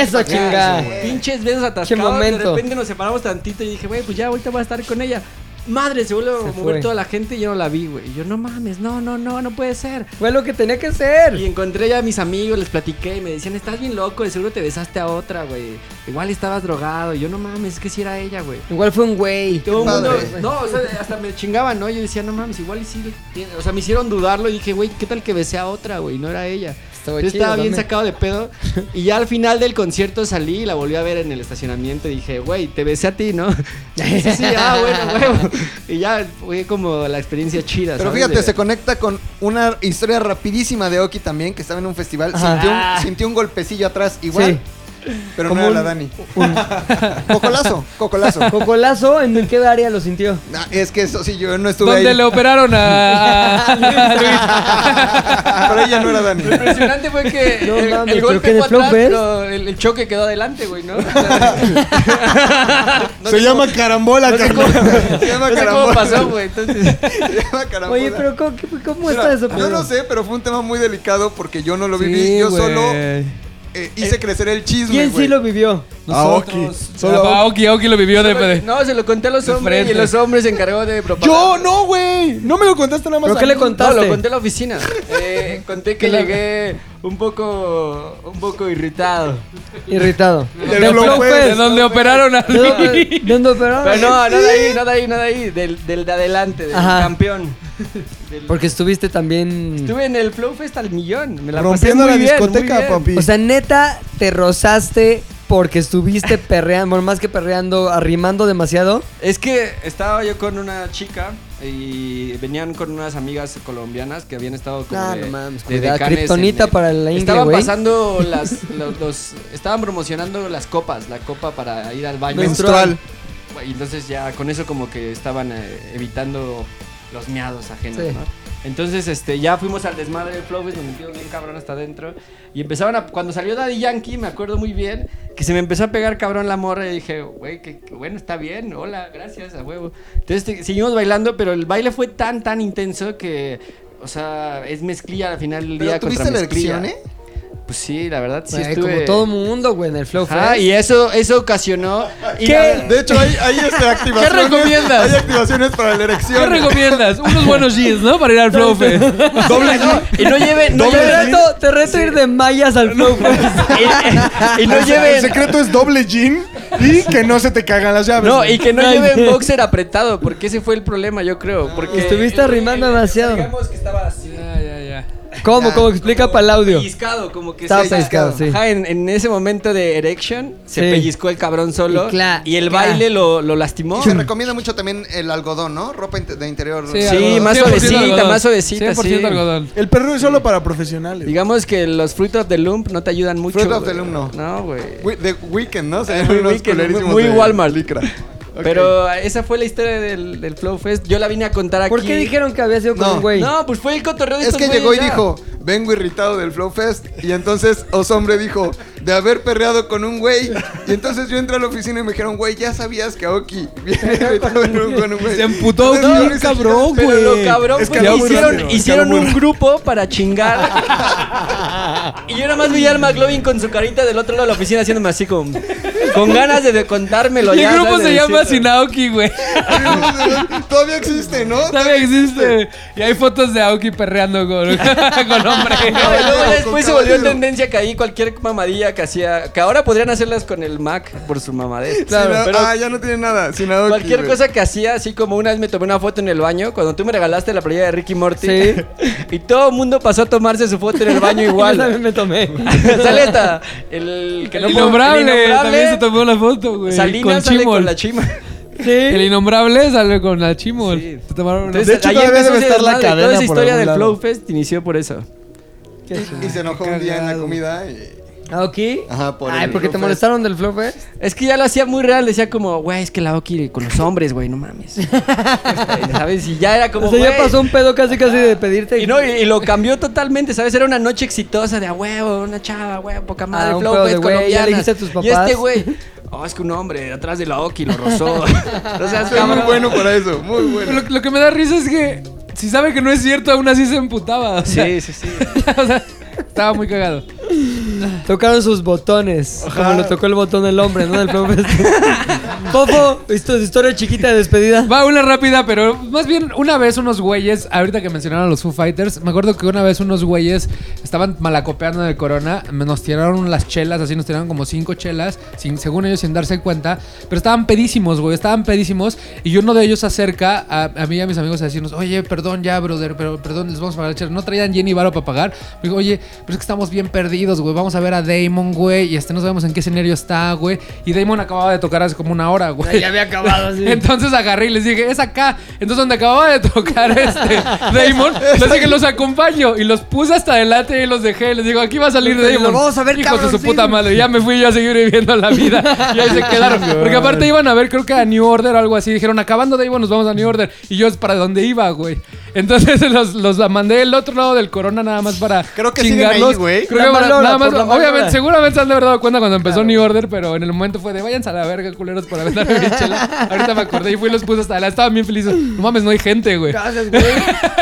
S2: Eh, oh, chinga.
S3: Pinches besos atascados. De
S2: momento.
S3: repente nos separamos tantito y dije, güey, pues ya ahorita voy a estar con ella. Madre, se vuelve a
S2: Se
S3: mover
S2: fue.
S3: toda la gente y yo no la vi, güey. Y yo, no mames, no, no, no, no puede ser.
S2: Fue lo que tenía que
S3: Y
S2: ser.
S3: encontré ya a mis amigos, les platiqué y me decían, estás bien loco, de seguro te besaste a otra, güey. Igual estabas drogado. Y yo, no mames, es que sí era ella, güey.
S2: Igual fue un güey.
S3: Todo el mundo,
S5: padre.
S3: no, o sea, hasta me chingaban, ¿no? Yo decía, no mames, igual y sí. tiene- O sea, me hicieron dudarlo y dije, güey, ¿qué tal que besé a otra, güey? No era ella.
S2: Estuvo
S3: Yo
S2: chido
S3: estaba bien
S2: también.
S3: sacado de pedo. Y ya al final del concierto salí y la volví a ver en el estacionamiento y dije, güey, te besé a ti, ¿no? Y dice, sí, ah, bueno, huevo. Y ya fue como la experiencia chida.
S5: Pero
S3: ¿sabes?
S5: fíjate,
S3: De-
S5: se conecta con una historia rapidísima de Oki también, que estaba en un festival.
S2: Ajá.
S5: Sintió un,
S3: Ah.
S5: sintió un golpecillo atrás igual. Pero
S2: Como
S5: no era
S2: un-
S5: la Dani. Cocolazo, cocolazo.
S2: ¿Cocolazo? ¿En qué área lo sintió?
S5: Ah, es que eso sí, yo no estuve
S6: Donde
S5: ahí.
S6: le operaron a.
S5: Pero ella no era Dani.
S3: Lo impresionante fue que
S2: No
S3: el,
S2: mames,
S3: el
S2: pero
S3: golpe
S2: que de
S3: fue atrás,
S2: Flowfest.
S3: pero el, el choque quedó adelante, güey, ¿no?
S4: Se llama carambola, carnal.
S5: Se llama
S3: No sé
S5: carambola.
S3: cómo pasó, güey. Entonces,
S5: Se llama carambola.
S2: Oye, pero ¿cómo, qué- cómo
S5: Mira,
S2: está eso?
S5: Yo
S2: Pedro?
S5: no sé, pero fue un tema muy delicado porque yo no lo viví.
S6: Sí,
S5: yo
S6: güey.
S5: solo eh, hice crecer el chisme.
S2: ¿Quién sí
S5: güey. Ah,
S2: lo vivió?
S4: Aoki. Solo
S6: Ah, Aoki, Aoki lo vivió de. de-
S3: no, se lo conté a los
S6: De
S3: hombres
S6: frente.
S3: y los hombres se encargó de propagar.
S4: Yo no, güey. No me lo contaste nada más.
S2: ¿Pero qué
S4: a
S2: le
S4: mí.
S2: contaste?
S3: No, lo conté en la oficina. Eh, conté que
S6: ¿Qué le-
S3: llegué un poco, un poco irritado.
S2: Irritado.
S4: Del
S2: ¿De
S4: Flow
S2: Flow
S4: Fest.
S6: De
S2: Fest?
S6: donde operaron a.
S2: ¿De dónde- de dónde operaron?
S3: Pero no, no de ahí, no de ahí, no de ahí. Del, del de adelante, del
S2: Ajá.
S3: campeón.
S2: Porque estuviste también...
S3: Estuve en el Flow Fest al millón. Me la
S4: Rompiendo la
S3: pasé muy bien, muy
S4: discoteca,
S3: bien.
S4: papi.
S2: O sea, neta, te rozaste porque estuviste perreando, bueno, más que perreando, arrimando demasiado.
S3: Es que estaba yo con una chica y venían con unas amigas colombianas que habían estado como
S2: Ah,
S3: de,
S2: no mames,
S3: de
S2: cuidado,
S3: decanes
S2: kriptonita
S3: en-
S2: para la ingle,
S3: Estaban
S2: güey.
S3: pasando las los, los- estaban promocionando las copas, la copa para ir al baño.
S5: Menstrual.
S3: Y entonces ya con eso como que estaban eh, evitando los miados ajenos,
S2: Sí.
S3: ¿no? Entonces este ya fuimos al desmadre del Flow Fest, nos metimos bien cabrón hasta adentro y empezaban a cuando salió Daddy Yankee, me acuerdo muy bien, que se me empezó a pegar cabrón la morra y dije, "Güey, que, que bueno, está bien. Hola, gracias, a huevo." Entonces te- seguimos bailando, pero el baile fue tan tan intenso que o sea, es mezclilla al final del
S5: ¿Pero
S3: día contra
S5: tuviste la
S3: mezclilla.
S5: elección, eh?
S3: Pues sí, la verdad sí
S2: Güey,
S3: estuve.
S2: Como todo mundo, güey, en el Flow
S3: Ajá,
S2: Fest.
S3: y eso, eso ocasionó. y la-
S5: De hecho, hay, hay este, activaciones.
S6: recomiendas?
S5: Hay activaciones para la
S6: ¿Qué
S5: erección.
S6: recomiendas? Unos buenos jeans, ¿no? Para ir al Flow Fest.
S3: y no- y no lleve, no
S2: Te
S3: lleve-
S2: reto, te reto a ir de mayas al Flow Fest.
S3: y, y no
S4: O sea, El
S3: lleven,
S4: secreto es doble jean y que no se te cagan las llaves.
S3: no
S4: güey.
S3: y que no lleven boxer apretado, porque ese fue el problema, yo creo, porque
S2: Estuviste arrimando demasiado.
S3: Digamos que estaba así,
S6: Ya, ya, ya.
S2: ¿Cómo? ¿Cómo? Explica para el audio.
S3: pellizcado, como que
S2: Estaba
S3: se-
S2: pellizcado, sí.
S3: Ajá, en, en ese momento de erection se
S2: Sí.
S3: pellizcó el cabrón solo
S2: Y
S3: y,
S2: cla-
S3: el
S2: cla.
S3: baile lo, lo lastimó.
S5: Y se recomienda mucho también el algodón, ¿no? Ropa inte- de interior.
S3: Sí,
S6: algodón.
S3: más
S6: 100%
S3: suavecita,
S6: algodón.
S3: más suavecita,
S6: 100%
S3: sí.
S6: algodón.
S4: El perro es solo para profesionales.
S3: Digamos que los Fruit of the Loom no te ayudan mucho.
S5: Fruit of the
S3: güey.
S5: Loom no.
S3: No, güey.
S5: Wi- De Weekend, ¿no? Se
S3: Eh,
S5: llaman unos
S3: Weekend,
S5: culerísimos
S3: muy
S5: de
S3: Walmart.
S5: Lycra. Ok.
S3: Pero esa fue la historia del, del Flow Fest. Yo la vine a contar aquí.
S2: ¿Por qué dijeron que había sido con
S5: No,
S2: un güey?
S3: No, pues fue el cotorreo de
S5: Es
S3: estos
S5: que
S3: güeyes
S5: llegó y
S3: ya.
S5: dijo, vengo irritado del Flow Fest. Y entonces Osombre dijo, de haber perreado con un güey. Y entonces yo entré a la oficina y me dijeron, güey, ya sabías que Aoki viene irritado con un, con un güey.
S6: Se emputó
S5: Entonces,
S6: Aoki,
S5: yo le hice,
S6: cabrón,
S5: "Pero
S3: Pero lo
S6: güey.
S3: cabrón fue
S4: Escaló
S3: que
S4: muy
S3: hicieron,
S4: rápido,
S3: hicieron
S4: escaló muy
S3: un grupo para chingar. y yo nada más vi al McLovin con su carita del otro lado de la oficina haciéndome así con, con ganas de, de contármelo.
S6: Y el
S3: ya,
S6: grupo
S3: ¿sabes?
S6: se
S3: De
S6: llama
S3: decirlo.
S6: Sinaoki, güey.
S5: Todavía existe, ¿no?
S6: Todavía existe. Y hay fotos de Aoki perreando con, con hombre.
S3: No, y luego ya
S5: Con
S3: después se
S5: caballero.
S3: volvió tendencia que ahí cualquier mamadilla que hacía. Que ahora podrían hacerlas con el Mac por su mamadez.
S5: Sin a-
S3: Pero
S5: ah, ya no tiene nada. Sin Aoki,
S3: cualquier
S5: güey.
S3: cosa que hacía, así como una vez me tomé una foto en el baño, cuando tú me regalaste la playa de Ricky Morty.
S2: Sí.
S3: Y todo el mundo pasó a tomarse su foto en el baño
S2: Yo
S3: igual.
S2: también me tomé.
S3: sale hasta el que no
S6: El
S3: puedo-
S6: innombrable,
S3: el innombrable,
S6: también se tomó la foto, güey.
S3: Salinas
S6: con
S3: sale
S6: Chimol.
S3: con la chima.
S6: El innombrable sale con la Chimol.
S3: Sí.
S6: Se tomaron una-
S3: Entonces,
S4: hecho,
S3: ahí
S4: todavía
S3: empezó
S4: debe
S3: ese
S4: estar la
S3: desmadre. Toda
S4: cadena
S3: esa
S4: por
S3: historia
S4: algún
S3: del
S4: lado.
S3: Flow Fest inició por eso.
S5: Y se enojó un día en la comida. y-
S2: ¿Ah, ok?
S5: Ajá, por
S2: Ay,
S5: el
S2: porque te
S5: Flow Fest.
S2: molestaron del Flow Fest.
S3: Es que ya lo hacía muy real, decía como, güey, es que la Oki con los hombres, güey, no mames. Este, ¿Sabes? Y ya era como,
S2: O sea, ya
S3: "Güey".
S2: pasó un pedo casi casi de pedirte.
S3: Y no, y, y lo cambió totalmente, ¿sabes? Era una noche exitosa de a huevo, una chava, huevo, poca madre,
S2: Ah, un
S3: flow,
S2: pedo
S3: pues,
S2: de güey, ya
S3: colombianas".
S2: le dijiste a tus
S3: Y
S2: papás.
S3: este güey, oh, es que un hombre atrás de la Oki lo rozó. o sea,
S5: Soy muy bueno para eso, muy
S6: Pero
S5: bueno.
S6: Lo, lo que me da risa es que si sabe que no es cierto, aún así se emputaba. o sea,
S3: Sí, sí, sí.
S6: o sea, estaba muy cagado.
S2: Tocaron sus botones. Como le tocó el botón del hombre, ¿no? Del Flow Fest. Fofo, esto es historia chiquita de despedida.
S6: Va una rápida, pero más bien una vez unos güeyes, ahorita que mencionaron a los Foo Fighters, me acuerdo que una vez unos güeyes estaban malacopeando de corona, me- nos tiraron las chelas, así nos tiraron como cinco chelas, sin, según ellos sin darse cuenta, pero estaban pedísimos, güey, estaban pedísimos, y uno de ellos se acerca a, a mí y a mis amigos a decirnos, oye, perdón ya, brother, pero perdón, les vamos a pagar la chela, no traían Jenny Varo para pagar, me dijo, oye, pero es que estamos bien perdidos amigos, güey. Vamos a ver a Damon, güey. Y este no sabemos en qué escenario está, güey. Y Damon acababa de tocar hace como una hora, güey.
S2: Ya había acabado, así.
S6: Entonces agarré y les dije, es acá. Entonces, donde acababa de tocar este Damon, les dije, los acompaño. Y los puse hasta adelante y los dejé. Les digo, aquí va a salir
S2: Lo
S6: Damon.
S2: vamos a ver,
S6: Hijos de
S2: cabrón,
S6: su
S2: sí.
S6: puta madre. Ya me fui yo a seguir viviendo la vida. Y ahí se quedaron. Porque aparte iban a ver, creo que a New Order o algo así. Dijeron, acabando Damon, nos vamos a New Order. Y yo es para donde iba, güey. Entonces los, los la mandé al otro lado del corona nada más para
S5: Creo que siguen ahí,
S6: chingarlos.
S5: güey.
S6: Creo
S2: La
S6: que para-
S2: malora,
S6: nada más.
S2: por la malora.
S6: Obviamente, seguramente se han de haber dado cuenta cuando empezó New Order, pero en el momento fue de váyanse a la verga, culeros, por aventarme mi chela. Ahorita me acordé y fui y los puse hasta la. Estaban bien felices. No mames, no hay gente, güey.
S2: Gracias, güey.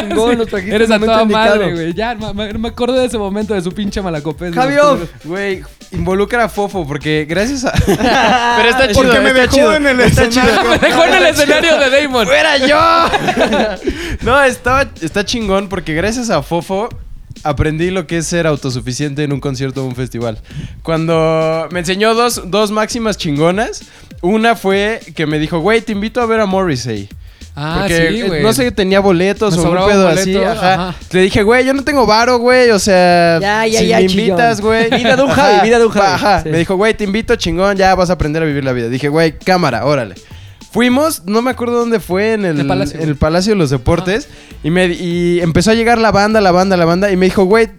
S2: Chingón, nos trajiste
S6: Eres
S2: en
S6: a
S2: el momento
S6: toda
S2: indicado.
S6: madre, güey. Ya, ma- ma- me acuerdo de ese momento de su pinche malacopés. de los
S2: Javier.
S6: culeros.
S8: Güey, involucra a Fofo porque gracias a.
S6: Pero está chido.
S5: Porque me
S8: está
S5: dejó
S8: chido,
S5: en el
S8: está
S5: escenario.
S6: Me dejó en el escenario de Damon.
S8: ¡Fuera yo! no, estaba, está chingón porque gracias a Fofo aprendí lo que es ser autosuficiente en un concierto o un festival. Cuando me enseñó dos, dos máximas chingonas, una fue que me dijo, güey, te invito a ver a Morrissey.
S6: Ah,
S8: Porque,
S6: sí,
S8: eh,
S6: güey.
S8: No sé, tenía boletos
S6: Me
S8: o un
S6: sobraba un
S8: pedo
S6: boleto,
S8: así. Ajá.
S6: ajá.
S8: Le dije, güey, yo no tengo varo, güey. O sea,
S2: Ya, ya,
S8: si
S2: ya,
S8: me
S2: chillón.
S8: invitas, güey.
S2: Vida de un
S8: Ajá,
S2: Javi, vida de un
S8: pa,
S2: Javi.
S8: Ajá.
S2: Sí.
S8: Me dijo, güey, te invito, chingón, ya vas a aprender a vivir la vida. Dije, güey, cámara, órale. Fuimos, no me acuerdo dónde fue, en el,
S6: El Palacio.
S8: en el Palacio de los Deportes. Y, me, y empezó a llegar la banda, la banda, la banda. Y me dijo, güey,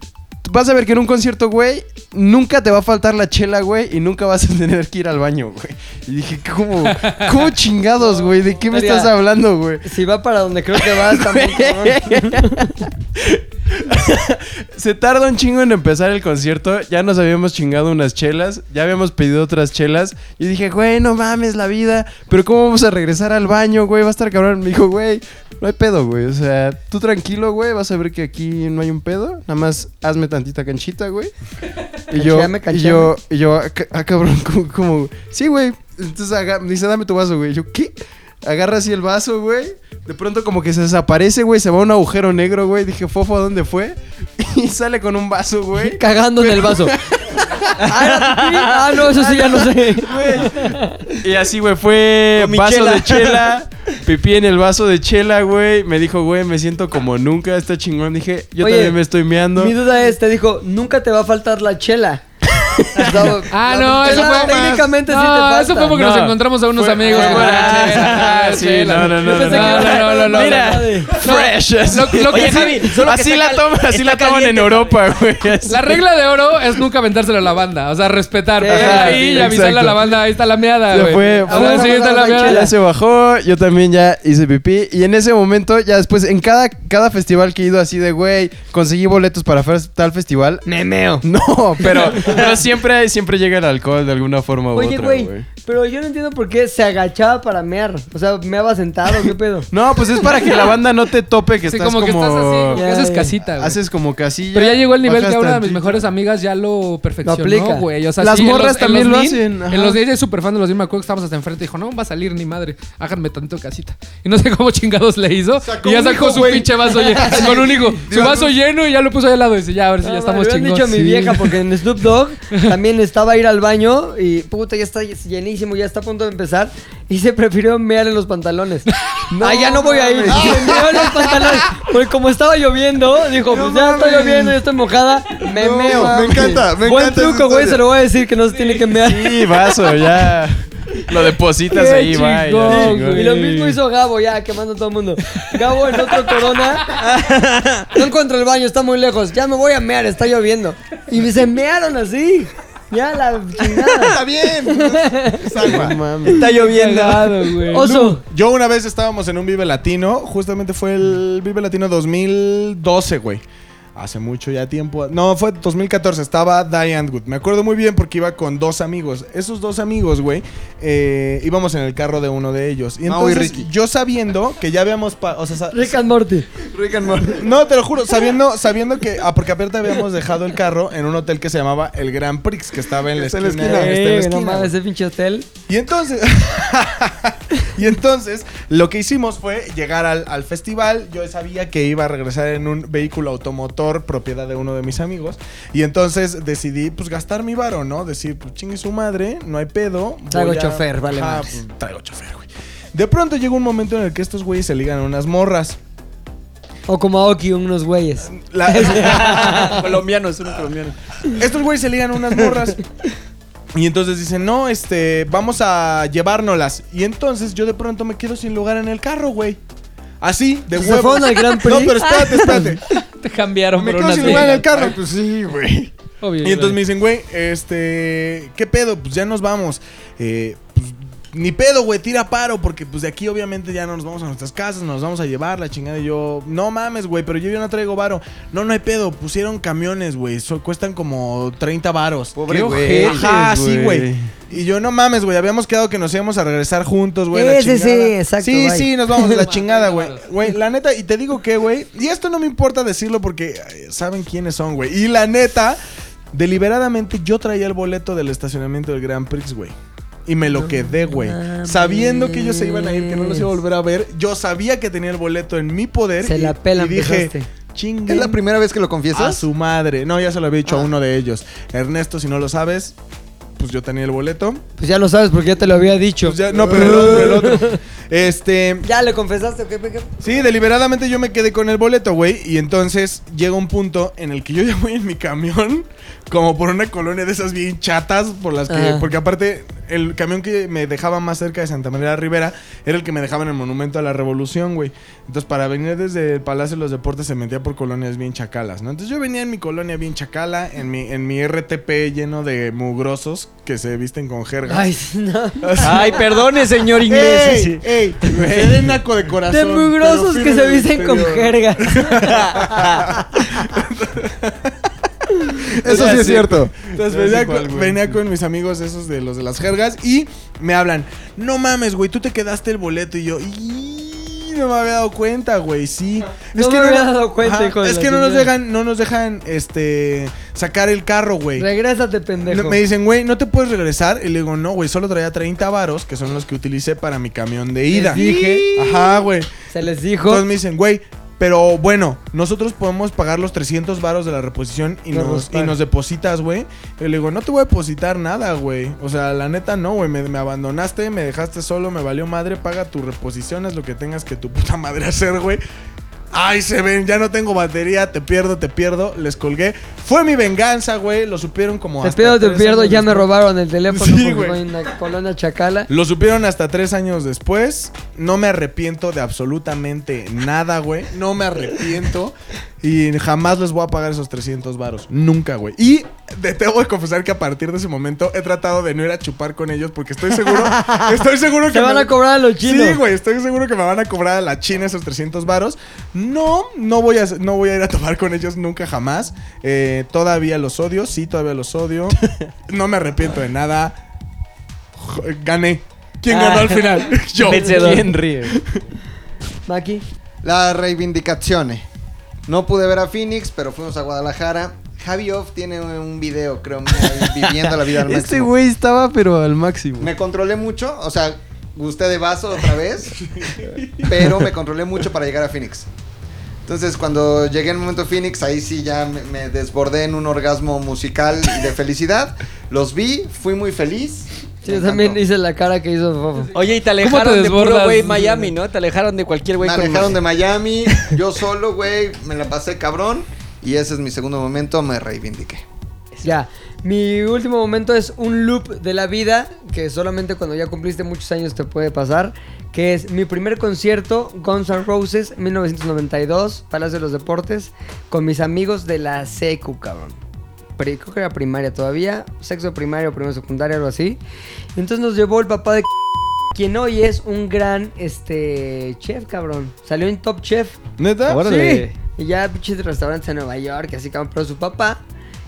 S8: vas a ver que en un concierto, güey, nunca te va a faltar la chela, güey. Y nunca vas a tener que ir al baño, güey. Y dije, ¿cómo? ¿Cómo chingados, güey? ¿De qué me
S2: Daría-
S8: estás hablando, güey?
S2: Si va para donde creo que va, está muy cabrón.
S8: Se tarda un chingo en empezar el concierto. Ya nos habíamos chingado unas chelas. Ya habíamos pedido otras chelas. Y dije, güey, no mames la vida. Pero ¿cómo vamos a regresar al baño, güey? Va a estar cabrón. Me dijo, güey, no hay pedo, güey. O sea, tú tranquilo, güey. Vas a ver que aquí no hay un pedo. Nada más hazme tantita canchita, güey. Y yo,
S2: Cancheame,
S8: y yo, y yo, ah, ca- ah, cabrón, como, como- sí, güey. Entonces aga- me dice, dame tu vaso, güey. Yo, ¿qué? Agarra así el vaso, güey. De pronto como que se desaparece, güey. Se va a un agujero negro, güey. Dije, fofo, ¿a dónde fue? Y sale con un vaso, güey.
S2: Cagando en el vaso. Ah, no, eso sí ya no sé.
S8: Y así, güey, fue
S2: Con mi
S8: vaso
S2: chela.
S8: de chela. Pipí en el vaso de chela, güey. Me dijo, güey, me siento como nunca. Está chingón. Dije, yo
S2: Oye,
S8: también me estoy meando.
S2: Mi duda es, te dijo, nunca te va a faltar la chela.
S6: Ah, no,
S2: Claro,
S6: eso fue.
S2: Técnicamente
S6: no,
S2: sí te falta.
S6: eso fue porque nos
S8: No.
S6: encontramos a unos
S8: Fue-
S6: amigos.
S8: Ah,
S6: güey.
S8: ah, sí, no, no, no,
S6: Yo pensé
S8: no,
S6: que
S8: no,
S6: era-
S8: no, no, no,
S6: Mira,
S8: Fresh.
S6: Lo- lo que sí-
S8: así la toma, así la toman en Europa, güey. así.
S6: La regla de oro es nunca aventársela a la banda. O sea, respetar.
S2: Sí,
S6: pasar ahí
S8: sí,
S6: y avisarle
S8: exacto.
S6: a la banda. Ahí está la meada,
S8: Se
S6: güey.
S8: fue.
S6: O sea,
S8: Vamos,
S6: sí,
S2: vamos,
S6: está la
S2: vamos,
S6: meada.
S8: Ya se bajó, yo también ya hice pipí. Y en ese momento, ya después, en cada, cada festival que he ido así de, güey, conseguí boletos para fer- tal festival.
S2: Memeo.
S8: No, pero, pero siempre, siempre llega el alcohol de alguna forma u
S2: Oye,
S8: otra,
S2: güey, pero yo no entiendo por qué se agachaba para mear. O sea, meaba sentado, ¿qué pedo?
S8: No, pues es para que la banda no te tope, que
S6: Sí,
S8: estás como...
S6: como que estás así, como que
S2: Ya,
S6: haces
S2: ya.
S6: casita, güey.
S8: haces como casilla.
S6: Pero ya llegó el nivel
S8: bajas
S6: que una de mis
S8: tantito.
S6: mejores amigas ya lo perfeccionó,
S2: aplica.
S6: güey. O sea,
S8: Las
S6: sí, en
S8: morras
S6: los- en
S8: también
S6: los
S8: lo
S6: DIN,
S8: hacen, ajá.
S6: En los días de super fan de los DIN, me acuerdo que estábamos hasta enfrente. Dijo, no va a salir ni madre. Háganme tanto casita. Y no sé cómo chingados le hizo.
S5: Sacó
S6: y ya
S5: un
S6: sacó
S5: hijo,
S6: su
S5: güey.
S6: pinche vaso lleno. Con un hijo. Su vaso lleno y ya lo puso ahí al lado. Y dice, ya, a ver si ya
S2: No,
S6: estamos
S2: me hubieran
S6: chingados.
S2: dicho a mi vieja porque en Snoop Dogg también estaba a ir al baño y puta, ya está llenísimo, ya está a punto de empezar y se prefirió mear en los pantalones. ah, ya no voy a ir. Se meó en los pantalones. Porque como estaba lloviendo, dijo, pues ya está lloviendo, ya estoy mojada, me
S5: No
S2: meo.
S5: mames. Me encanta, me
S2: Buen
S5: encanta esa
S2: truco, güey,
S5: historia.
S2: se lo voy a decir que no se tiene que mear.
S8: Sí, vaso, ya. Lo depositas
S6: Qué
S8: ahí, va. y ya,
S6: chingón,
S8: chingón.
S2: Y lo mismo hizo Gabo, ya quemando a todo el mundo. Gabo en otro corona. No encuentro el baño, está muy lejos. Ya me voy a mear, está lloviendo. Y se mearon así. Ya la chingada.
S5: Está bien. Es agua.
S8: No mames.
S2: Está
S6: Cagado, güey.
S2: Oso.
S4: Yo una vez estábamos en un Vive Latino, justamente fue el Vive Latino 2012, güey. Hace mucho ya tiempo. No, fue 2014. Estaba Diane Wood. Me acuerdo muy bien porque iba con dos amigos. Esos dos amigos, güey, eh, íbamos en el carro de uno de ellos. Y
S5: Mau y
S4: entonces,
S5: Ricky.
S4: yo sabiendo que ya habíamos. pa- O sea, sa-
S2: Rick and Morty.
S5: Rick and Morty.
S4: no, te lo juro, sabiendo, sabiendo que. Ah, porque aparte habíamos dejado el carro en un hotel que se llamaba El Gran Prix, que estaba en la
S5: Está en la
S4: esquina.
S5: esquina.
S4: está en la
S2: Eh, no
S4: esquina,
S2: mames,
S4: güey.
S2: ese pinche hotel.
S4: Y entonces. y entonces, lo que hicimos fue llegar al, al festival. Yo sabía que iba a regresar en un vehículo automotor propiedad de uno de mis amigos. Y entonces decidí, pues, gastar mi varo, ¿no? Decir, pues, chingue su madre, no hay pedo. voy
S2: Traigo chofer, vale
S4: Ajá,
S2: madres.
S4: pues, traigo chofer, güey. De pronto llega un momento en el que estos güeyes se ligan a unas morras.
S2: O como Aoki, unos güeyes.
S3: colombianos, unos colombianos.
S4: Estos güeyes se ligan a unas morras. Y entonces dicen, no, este, vamos a llevárnoslas. Y entonces yo de pronto me quedo sin lugar en el carro, güey. Así, de
S2: ¿Se
S4: huevo.
S2: fueron al Grand Prix?
S4: No, pero espérate, espérate.
S6: Te cambiaron
S4: me
S6: por
S4: quedo
S6: unas
S4: sin lugar en el
S6: viejas.
S4: carro. pues sí, güey.
S6: Obvio,
S4: Y entonces
S6: güey.
S4: me dicen, güey, este, ¿qué pedo? Pues ya nos vamos. Eh, pues, ni pedo, güey, tira paro, porque pues de aquí obviamente ya no nos vamos a nuestras casas, nos vamos a llevar la chingada. Y yo, no mames, güey, pero yo ya no traigo varo. No, no hay pedo, pusieron camiones, güey, so- cuestan como 30 varos.
S5: Pobre
S6: Qué
S5: güey.
S6: ojete.
S4: Ajá, sí, güey.
S8: güey.
S4: Y yo, no mames, güey, habíamos quedado que nos íbamos a regresar juntos, güey. la
S2: Ese sí,
S4: chingada.
S2: exacto,
S4: Sí,
S2: bye.
S4: sí, nos vamos a la chingada, güey.
S6: Vámonos.
S4: Güey, la neta, y te digo que, güey, y esto no me importa decirlo porque eh, saben quiénes son, güey. Y la neta, deliberadamente yo traía el boleto del estacionamiento del Grand Prix, güey. Y me lo quedé, güey.
S2: mames.
S4: Sabiendo que ellos se iban a ir, que no los iba a volver a ver, yo sabía que tenía el boleto en mi poder.
S2: Se
S4: y-
S2: la pelan,
S4: Y dije,
S2: empezaste.
S4: chingue.
S5: ¿Es la primera vez que lo
S4: A
S5: confiesas?
S4: su madre. No, ya se lo había
S2: Ah.
S4: dicho a uno de ellos. Ernesto, si no lo sabes, pues yo tenía el boleto.
S2: Pues ya lo sabes porque ya te lo había dicho.
S4: Pues ya- no, pero el otro, el otro. Este.
S2: ¿Ya le confesaste? ¿Qué, qué, qué?
S4: Sí, deliberadamente yo me quedé con el boleto, güey. Y entonces llega un punto en el que yo ya voy en mi camión, como por una colonia de esas bien chatas, por las que.
S2: Ah.
S4: Porque aparte, el camión que me dejaba más cerca de Santa María Rivera era el que me dejaba en el Monumento a la Revolución, güey. Entonces, para venir desde el Palacio de los Deportes se metía por colonias bien chacalas, ¿no? Entonces yo venía en mi colonia bien chacala, en mi, en mi RTP lleno de mugrosos que se visten con jerga.
S2: Ay, no.
S3: Ay, perdone, señor inglés.
S4: ¡Ey! ¡Ey! Se den naco de corazón.
S2: De mugrosos
S4: pero
S2: que se
S4: firme de
S2: visten con
S4: exterior.
S2: jerga.
S5: Eso sí es cierto.
S4: Entonces
S8: No sé
S4: venía,
S8: cuál,
S4: con,
S8: güey.
S4: venía con mis amigos esos de los de las jergas y me hablan, no mames, güey, tú te quedaste el boleto y yo, "Y, no me había dado cuenta, güey, sí.
S2: No me había dado cuenta,
S4: Ajá,
S2: hijo de
S4: Es
S2: la
S4: que no nos
S2: chingada.
S4: dejan, no nos dejan este sacar el carro, güey.
S2: Regrésate, pendejo.
S4: No, me dicen, güey, ¿no te puedes regresar? Y le digo, no, güey, solo traía 30 varos, que son los que utilicé para mi camión de ida.
S2: dije.
S4: Ajá, güey.
S2: Se les dijo.
S4: Entonces me dicen, güey, pero bueno, nosotros podemos pagar los 300 varos de la reposición y
S2: Nos los
S4: nos, y
S2: pagan.
S4: nos depositas, güey. Y le digo, no te voy a depositar nada, güey. O sea, la neta no, güey. Me, me abandonaste, me dejaste solo, me valió madre. Paga tu reposición, es lo que tengas que tu puta madre hacer, güey. Ay, se ven, ya no tengo batería, te pierdo, te pierdo. Les colgué. Fue mi venganza, güey. Lo supieron como
S2: Te
S4: hasta
S2: pido, te
S4: tres
S2: pierdo,
S4: años
S2: ya me
S4: después.
S2: robaron el teléfono
S4: Sí,
S2: porque
S4: güey.
S2: voy en la colonia Chacala.
S4: Lo supieron hasta tres años después. No me arrepiento de absolutamente nada, güey. No me arrepiento. Y jamás les voy a pagar esos 300 varos. Nunca, güey. Y te tengo que confesar que a partir de ese momento he tratado de no ir a chupar con ellos porque estoy seguro. estoy seguro que.
S2: Se van
S4: me-
S2: a cobrar a los chinos.
S4: Sí, güey, estoy seguro que me van a cobrar a la China esos 300 varos. No, no voy a, no voy a ir a tomar con ellos nunca jamás. Eh, todavía los odio, sí, todavía los odio. No me arrepiento de nada. Jo- Gané. ¿Quién ganó al final? Yo.
S3: Vencedor.
S8: ¿Quién ríe?
S2: Maki.
S5: Las reivindicaciones. No pude ver a Phoenix, pero fuimos a Guadalajara. Javi Off tiene un video, creo, mío, ahí viviendo la vida al máximo.
S8: Este güey estaba pero al máximo.
S5: Me controlé mucho, o sea, gusté de vaso otra vez, pero me controlé mucho para llegar a Phoenix. Entonces, cuando llegué al momento Phoenix, ahí sí ya me, me desbordé en un orgasmo musical y de felicidad. Los vi, fui muy feliz.
S2: Sí,
S5: Me
S2: yo también
S5: encantó.
S2: hice la cara que hizo Fofo.
S3: Oye, y te
S6: te
S3: alejaron de puro
S6: desbordas?
S3: güey Miami, ¿no? Te alejaron de cualquier güey
S5: Me
S3: con-
S5: alejaron de Miami, yo solo, güey, me la pasé cabrón. Y ese es mi segundo momento, me reivindiqué.
S2: Ya. Mi último momento es un loop de la vida que solamente cuando ya cumpliste muchos años te puede pasar. Que es mi primer concierto, Guns N' Roses, 1992, Palacio de los Deportes, con mis amigos de la secu, cabrón. Pri- creo que era primaria todavía, sexo de primaria o primero de secundaria, algo así. Entonces nos llevó el papá de quien hoy es un gran este chef, cabrón. Salió en Top Chef.
S4: ¿Neta?
S2: Sí. Y ya pinches restaurantes en Nueva York, así cabrón. Pero su papá,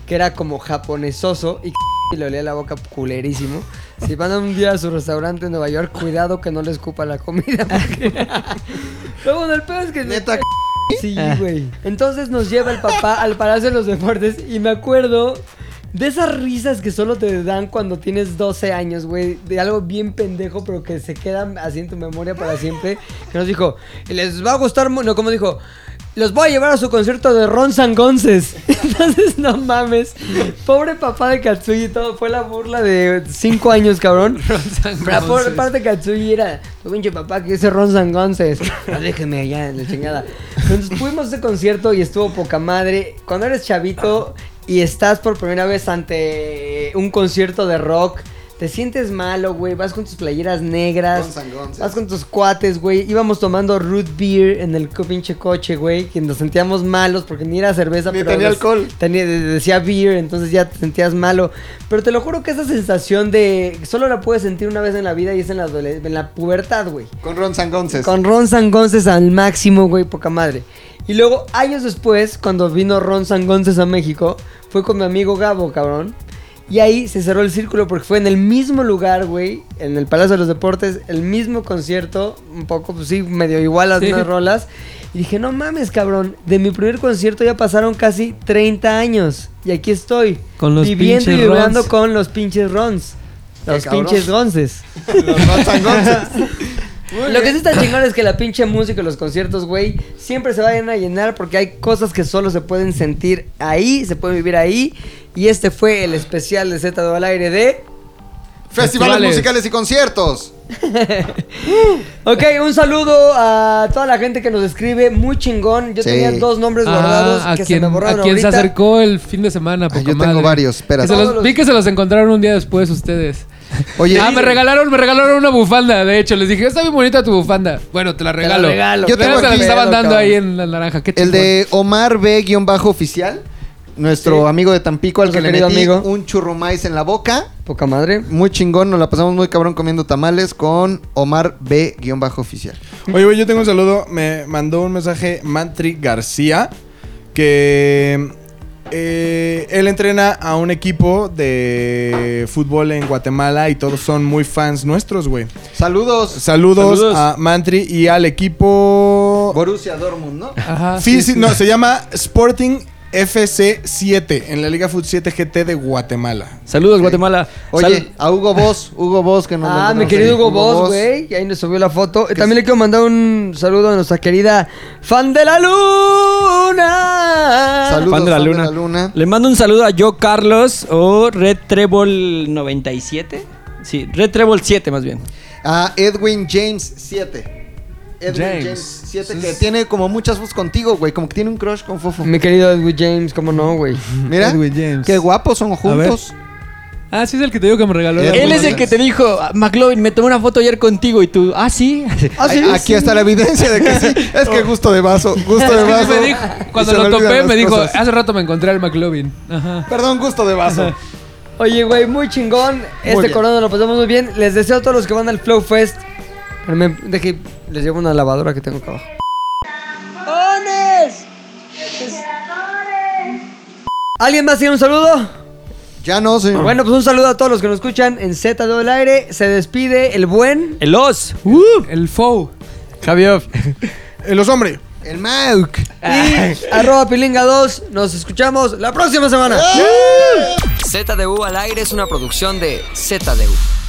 S2: que era como japonesoso y, y le olía la boca culerísimo. Si van un día a su restaurante en Nueva York, cuidado que no les escupa la comida. porque- Pero bueno, el pedo es que...
S5: Neta,
S2: Sí, güey. Entonces nos lleva el papá al Palacio de los Deportes y me acuerdo de esas risas que solo te dan cuando tienes 12 años, güey. De algo bien pendejo, pero que se queda así en tu memoria para siempre. Que nos dijo, les va a gustar, mu-", no, como dijo... Los voy a llevar a su concierto de Ron Sangonces. Entonces, no mames. Pobre papá de Katsuyi y todo. Fue la burla de 5 años, cabrón. Pero por parte de Katsuyi era, tu pinche papá que dice Ron Sangonces. Déjeme Ah, allá en la chingada. Entonces fuimos a ese concierto y estuvo poca madre. Cuando eres chavito y estás por primera vez ante un concierto de rock, te sientes malo, güey. Vas con tus playeras negras.
S5: Guns N' Roses.
S2: Vas con tus cuates, güey. Íbamos tomando root beer en el co- pinche coche, güey. Que nos sentíamos malos porque ni era cerveza.
S5: Ni tenía
S2: des-
S5: alcohol.
S2: tenía- de- decía beer, entonces ya te sentías malo. Pero te lo juro que esa sensación de... Solo la puedes sentir una vez en la vida y es en la, adole- en la pubertad, güey.
S5: Con Ron Sangonces.
S2: Con Ron Sangonces al máximo, güey, poca madre. Y luego, años después, cuando vino Ron Sangonces a México, fue con mi amigo Gabo, cabrón. Y ahí se cerró el círculo porque fue en el mismo lugar, güey, en el Palacio de los Deportes, el mismo concierto, un poco, pues sí, medio igual las
S6: Sí.
S2: mismas rolas. Y dije, no mames, cabrón, de mi primer concierto ya pasaron casi 30 años. Y aquí estoy,
S6: Con los
S2: viviendo y
S6: pinches
S2: vibrando
S6: Rons.
S2: con los pinches Rons. Los
S5: cabrón.
S2: pinches Gonces.
S5: Los Ron Sangonces.
S2: Lo que sí está chingón es que la pinche música y los conciertos, güey, siempre se vayan a llenar porque hay cosas que solo se pueden sentir ahí, se pueden vivir ahí. Y este fue el especial de Z al aire de.
S5: Festivales
S6: Festivales.
S5: musicales y conciertos.
S2: Ok, un saludo a toda la gente que nos escribe, muy chingón. Yo
S5: Sí.
S2: tenía dos nombres guardados
S6: Ah, a
S2: que se
S6: quien,
S2: me
S6: a
S2: borraron
S6: quien se
S2: ahorita.
S6: acercó el fin de semana. poca
S5: yo tengo
S6: madre.
S5: varios, espérate.
S6: Que se los-
S2: Todos los-
S6: vi que se los encontraron un día después ustedes.
S5: Oye,
S6: ah, me regalaron, me regalaron una bufanda, de hecho. Les dije, está bien bonita tu bufanda. Bueno, te la regalo.
S2: regalo.
S5: Yo tengo
S6: Pero se las
S5: aquí-
S6: estaban
S2: Pero,
S6: dando
S2: cabrón.
S6: ahí en la naranja. Qué
S5: el
S6: chingón.
S5: de Omar B-oficial, nuestro
S2: Sí.
S5: amigo de Tampico, al que
S2: Nuestro
S5: le
S2: querido
S5: metí
S2: amigo.
S5: un churrumais en la boca.
S2: Poca madre.
S5: Muy chingón, nos la pasamos muy cabrón comiendo tamales con Omar B-oficial.
S4: Oye, güey, yo tengo un saludo. Me mandó un mensaje Mantri García que eh, él entrena a un equipo de fútbol en Guatemala y todos son muy fans nuestros, güey.
S5: Saludos.
S4: Saludos,
S3: Saludos.
S4: a Mantri y al equipo
S5: Borussia Dortmund, ¿no?
S6: Ajá, sí,
S4: Fisi-
S6: sí.
S4: no, se llama Sporting FC7 en la Liga Foot 7 GT de Guatemala.
S3: Saludos, Guatemala.
S5: Oye,
S3: Sal-
S5: a Hugo Boss, Hugo Boss que nos
S2: Ah,
S5: lo
S2: mi
S5: encontramos
S2: querido
S5: ahí.
S2: Hugo Boss, güey. Y ahí nos subió la foto. Eh, También le quiero mandar un saludo a nuestra querida fan de la luna.
S5: Saludos,
S3: Fan de la luna. Le mando un saludo a yo Carlos o Red Trébol 97. Sí, Red Trébol 7 más bien.
S5: A Edwin James 7. Edwin
S6: James.
S5: James 7 que tiene como muchas fotos contigo, güey, como que tiene un crush con Fofo.
S2: Mi querido Edwin James, ¿cómo no, güey?
S5: Mira,
S8: Edwin James.
S5: qué guapos son juntos.
S6: Ah, sí es el que te digo que me regaló.
S5: Él
S6: la
S5: muy
S10: Él es
S6: bufanda.
S10: el
S5: buenas.
S10: que te dijo, "Ah, McLovin, me tomé una foto ayer contigo y tú, ah, sí.
S5: Ay, aquí está la evidencia de que sí. Es
S3: Oh.
S5: que gusto de vaso, gusto de
S6: Es que
S5: vaso.
S6: me dijo- cuando
S5: Y se
S6: lo
S5: me olvidan
S6: topé,
S5: las
S6: me dijo, "Ah".
S5: cosas.
S6: hace rato me encontré al McLovin. Ajá.
S5: Perdón, gusto de vaso.
S2: Oye, güey, muy chingón. Este
S5: bien.
S2: corona lo pasamos muy bien. Les deseo a todos los que van al Flow Fest. Espérame, deje- les llevo una lavadora que tengo acá abajo. ¿Alguien más tiene un saludo?
S5: Ya no, señor.
S2: Bueno, pues un saludo a todos los que nos escuchan en Z del aire. Se despide el buen.
S3: El Oz.
S6: El Fou.
S8: Javier.
S4: Eh, los hombres.
S5: El Mauk.
S2: Y arroba pilinga 2. Nos escuchamos la próxima semana.
S11: ZDU al aire es una producción de ZDU.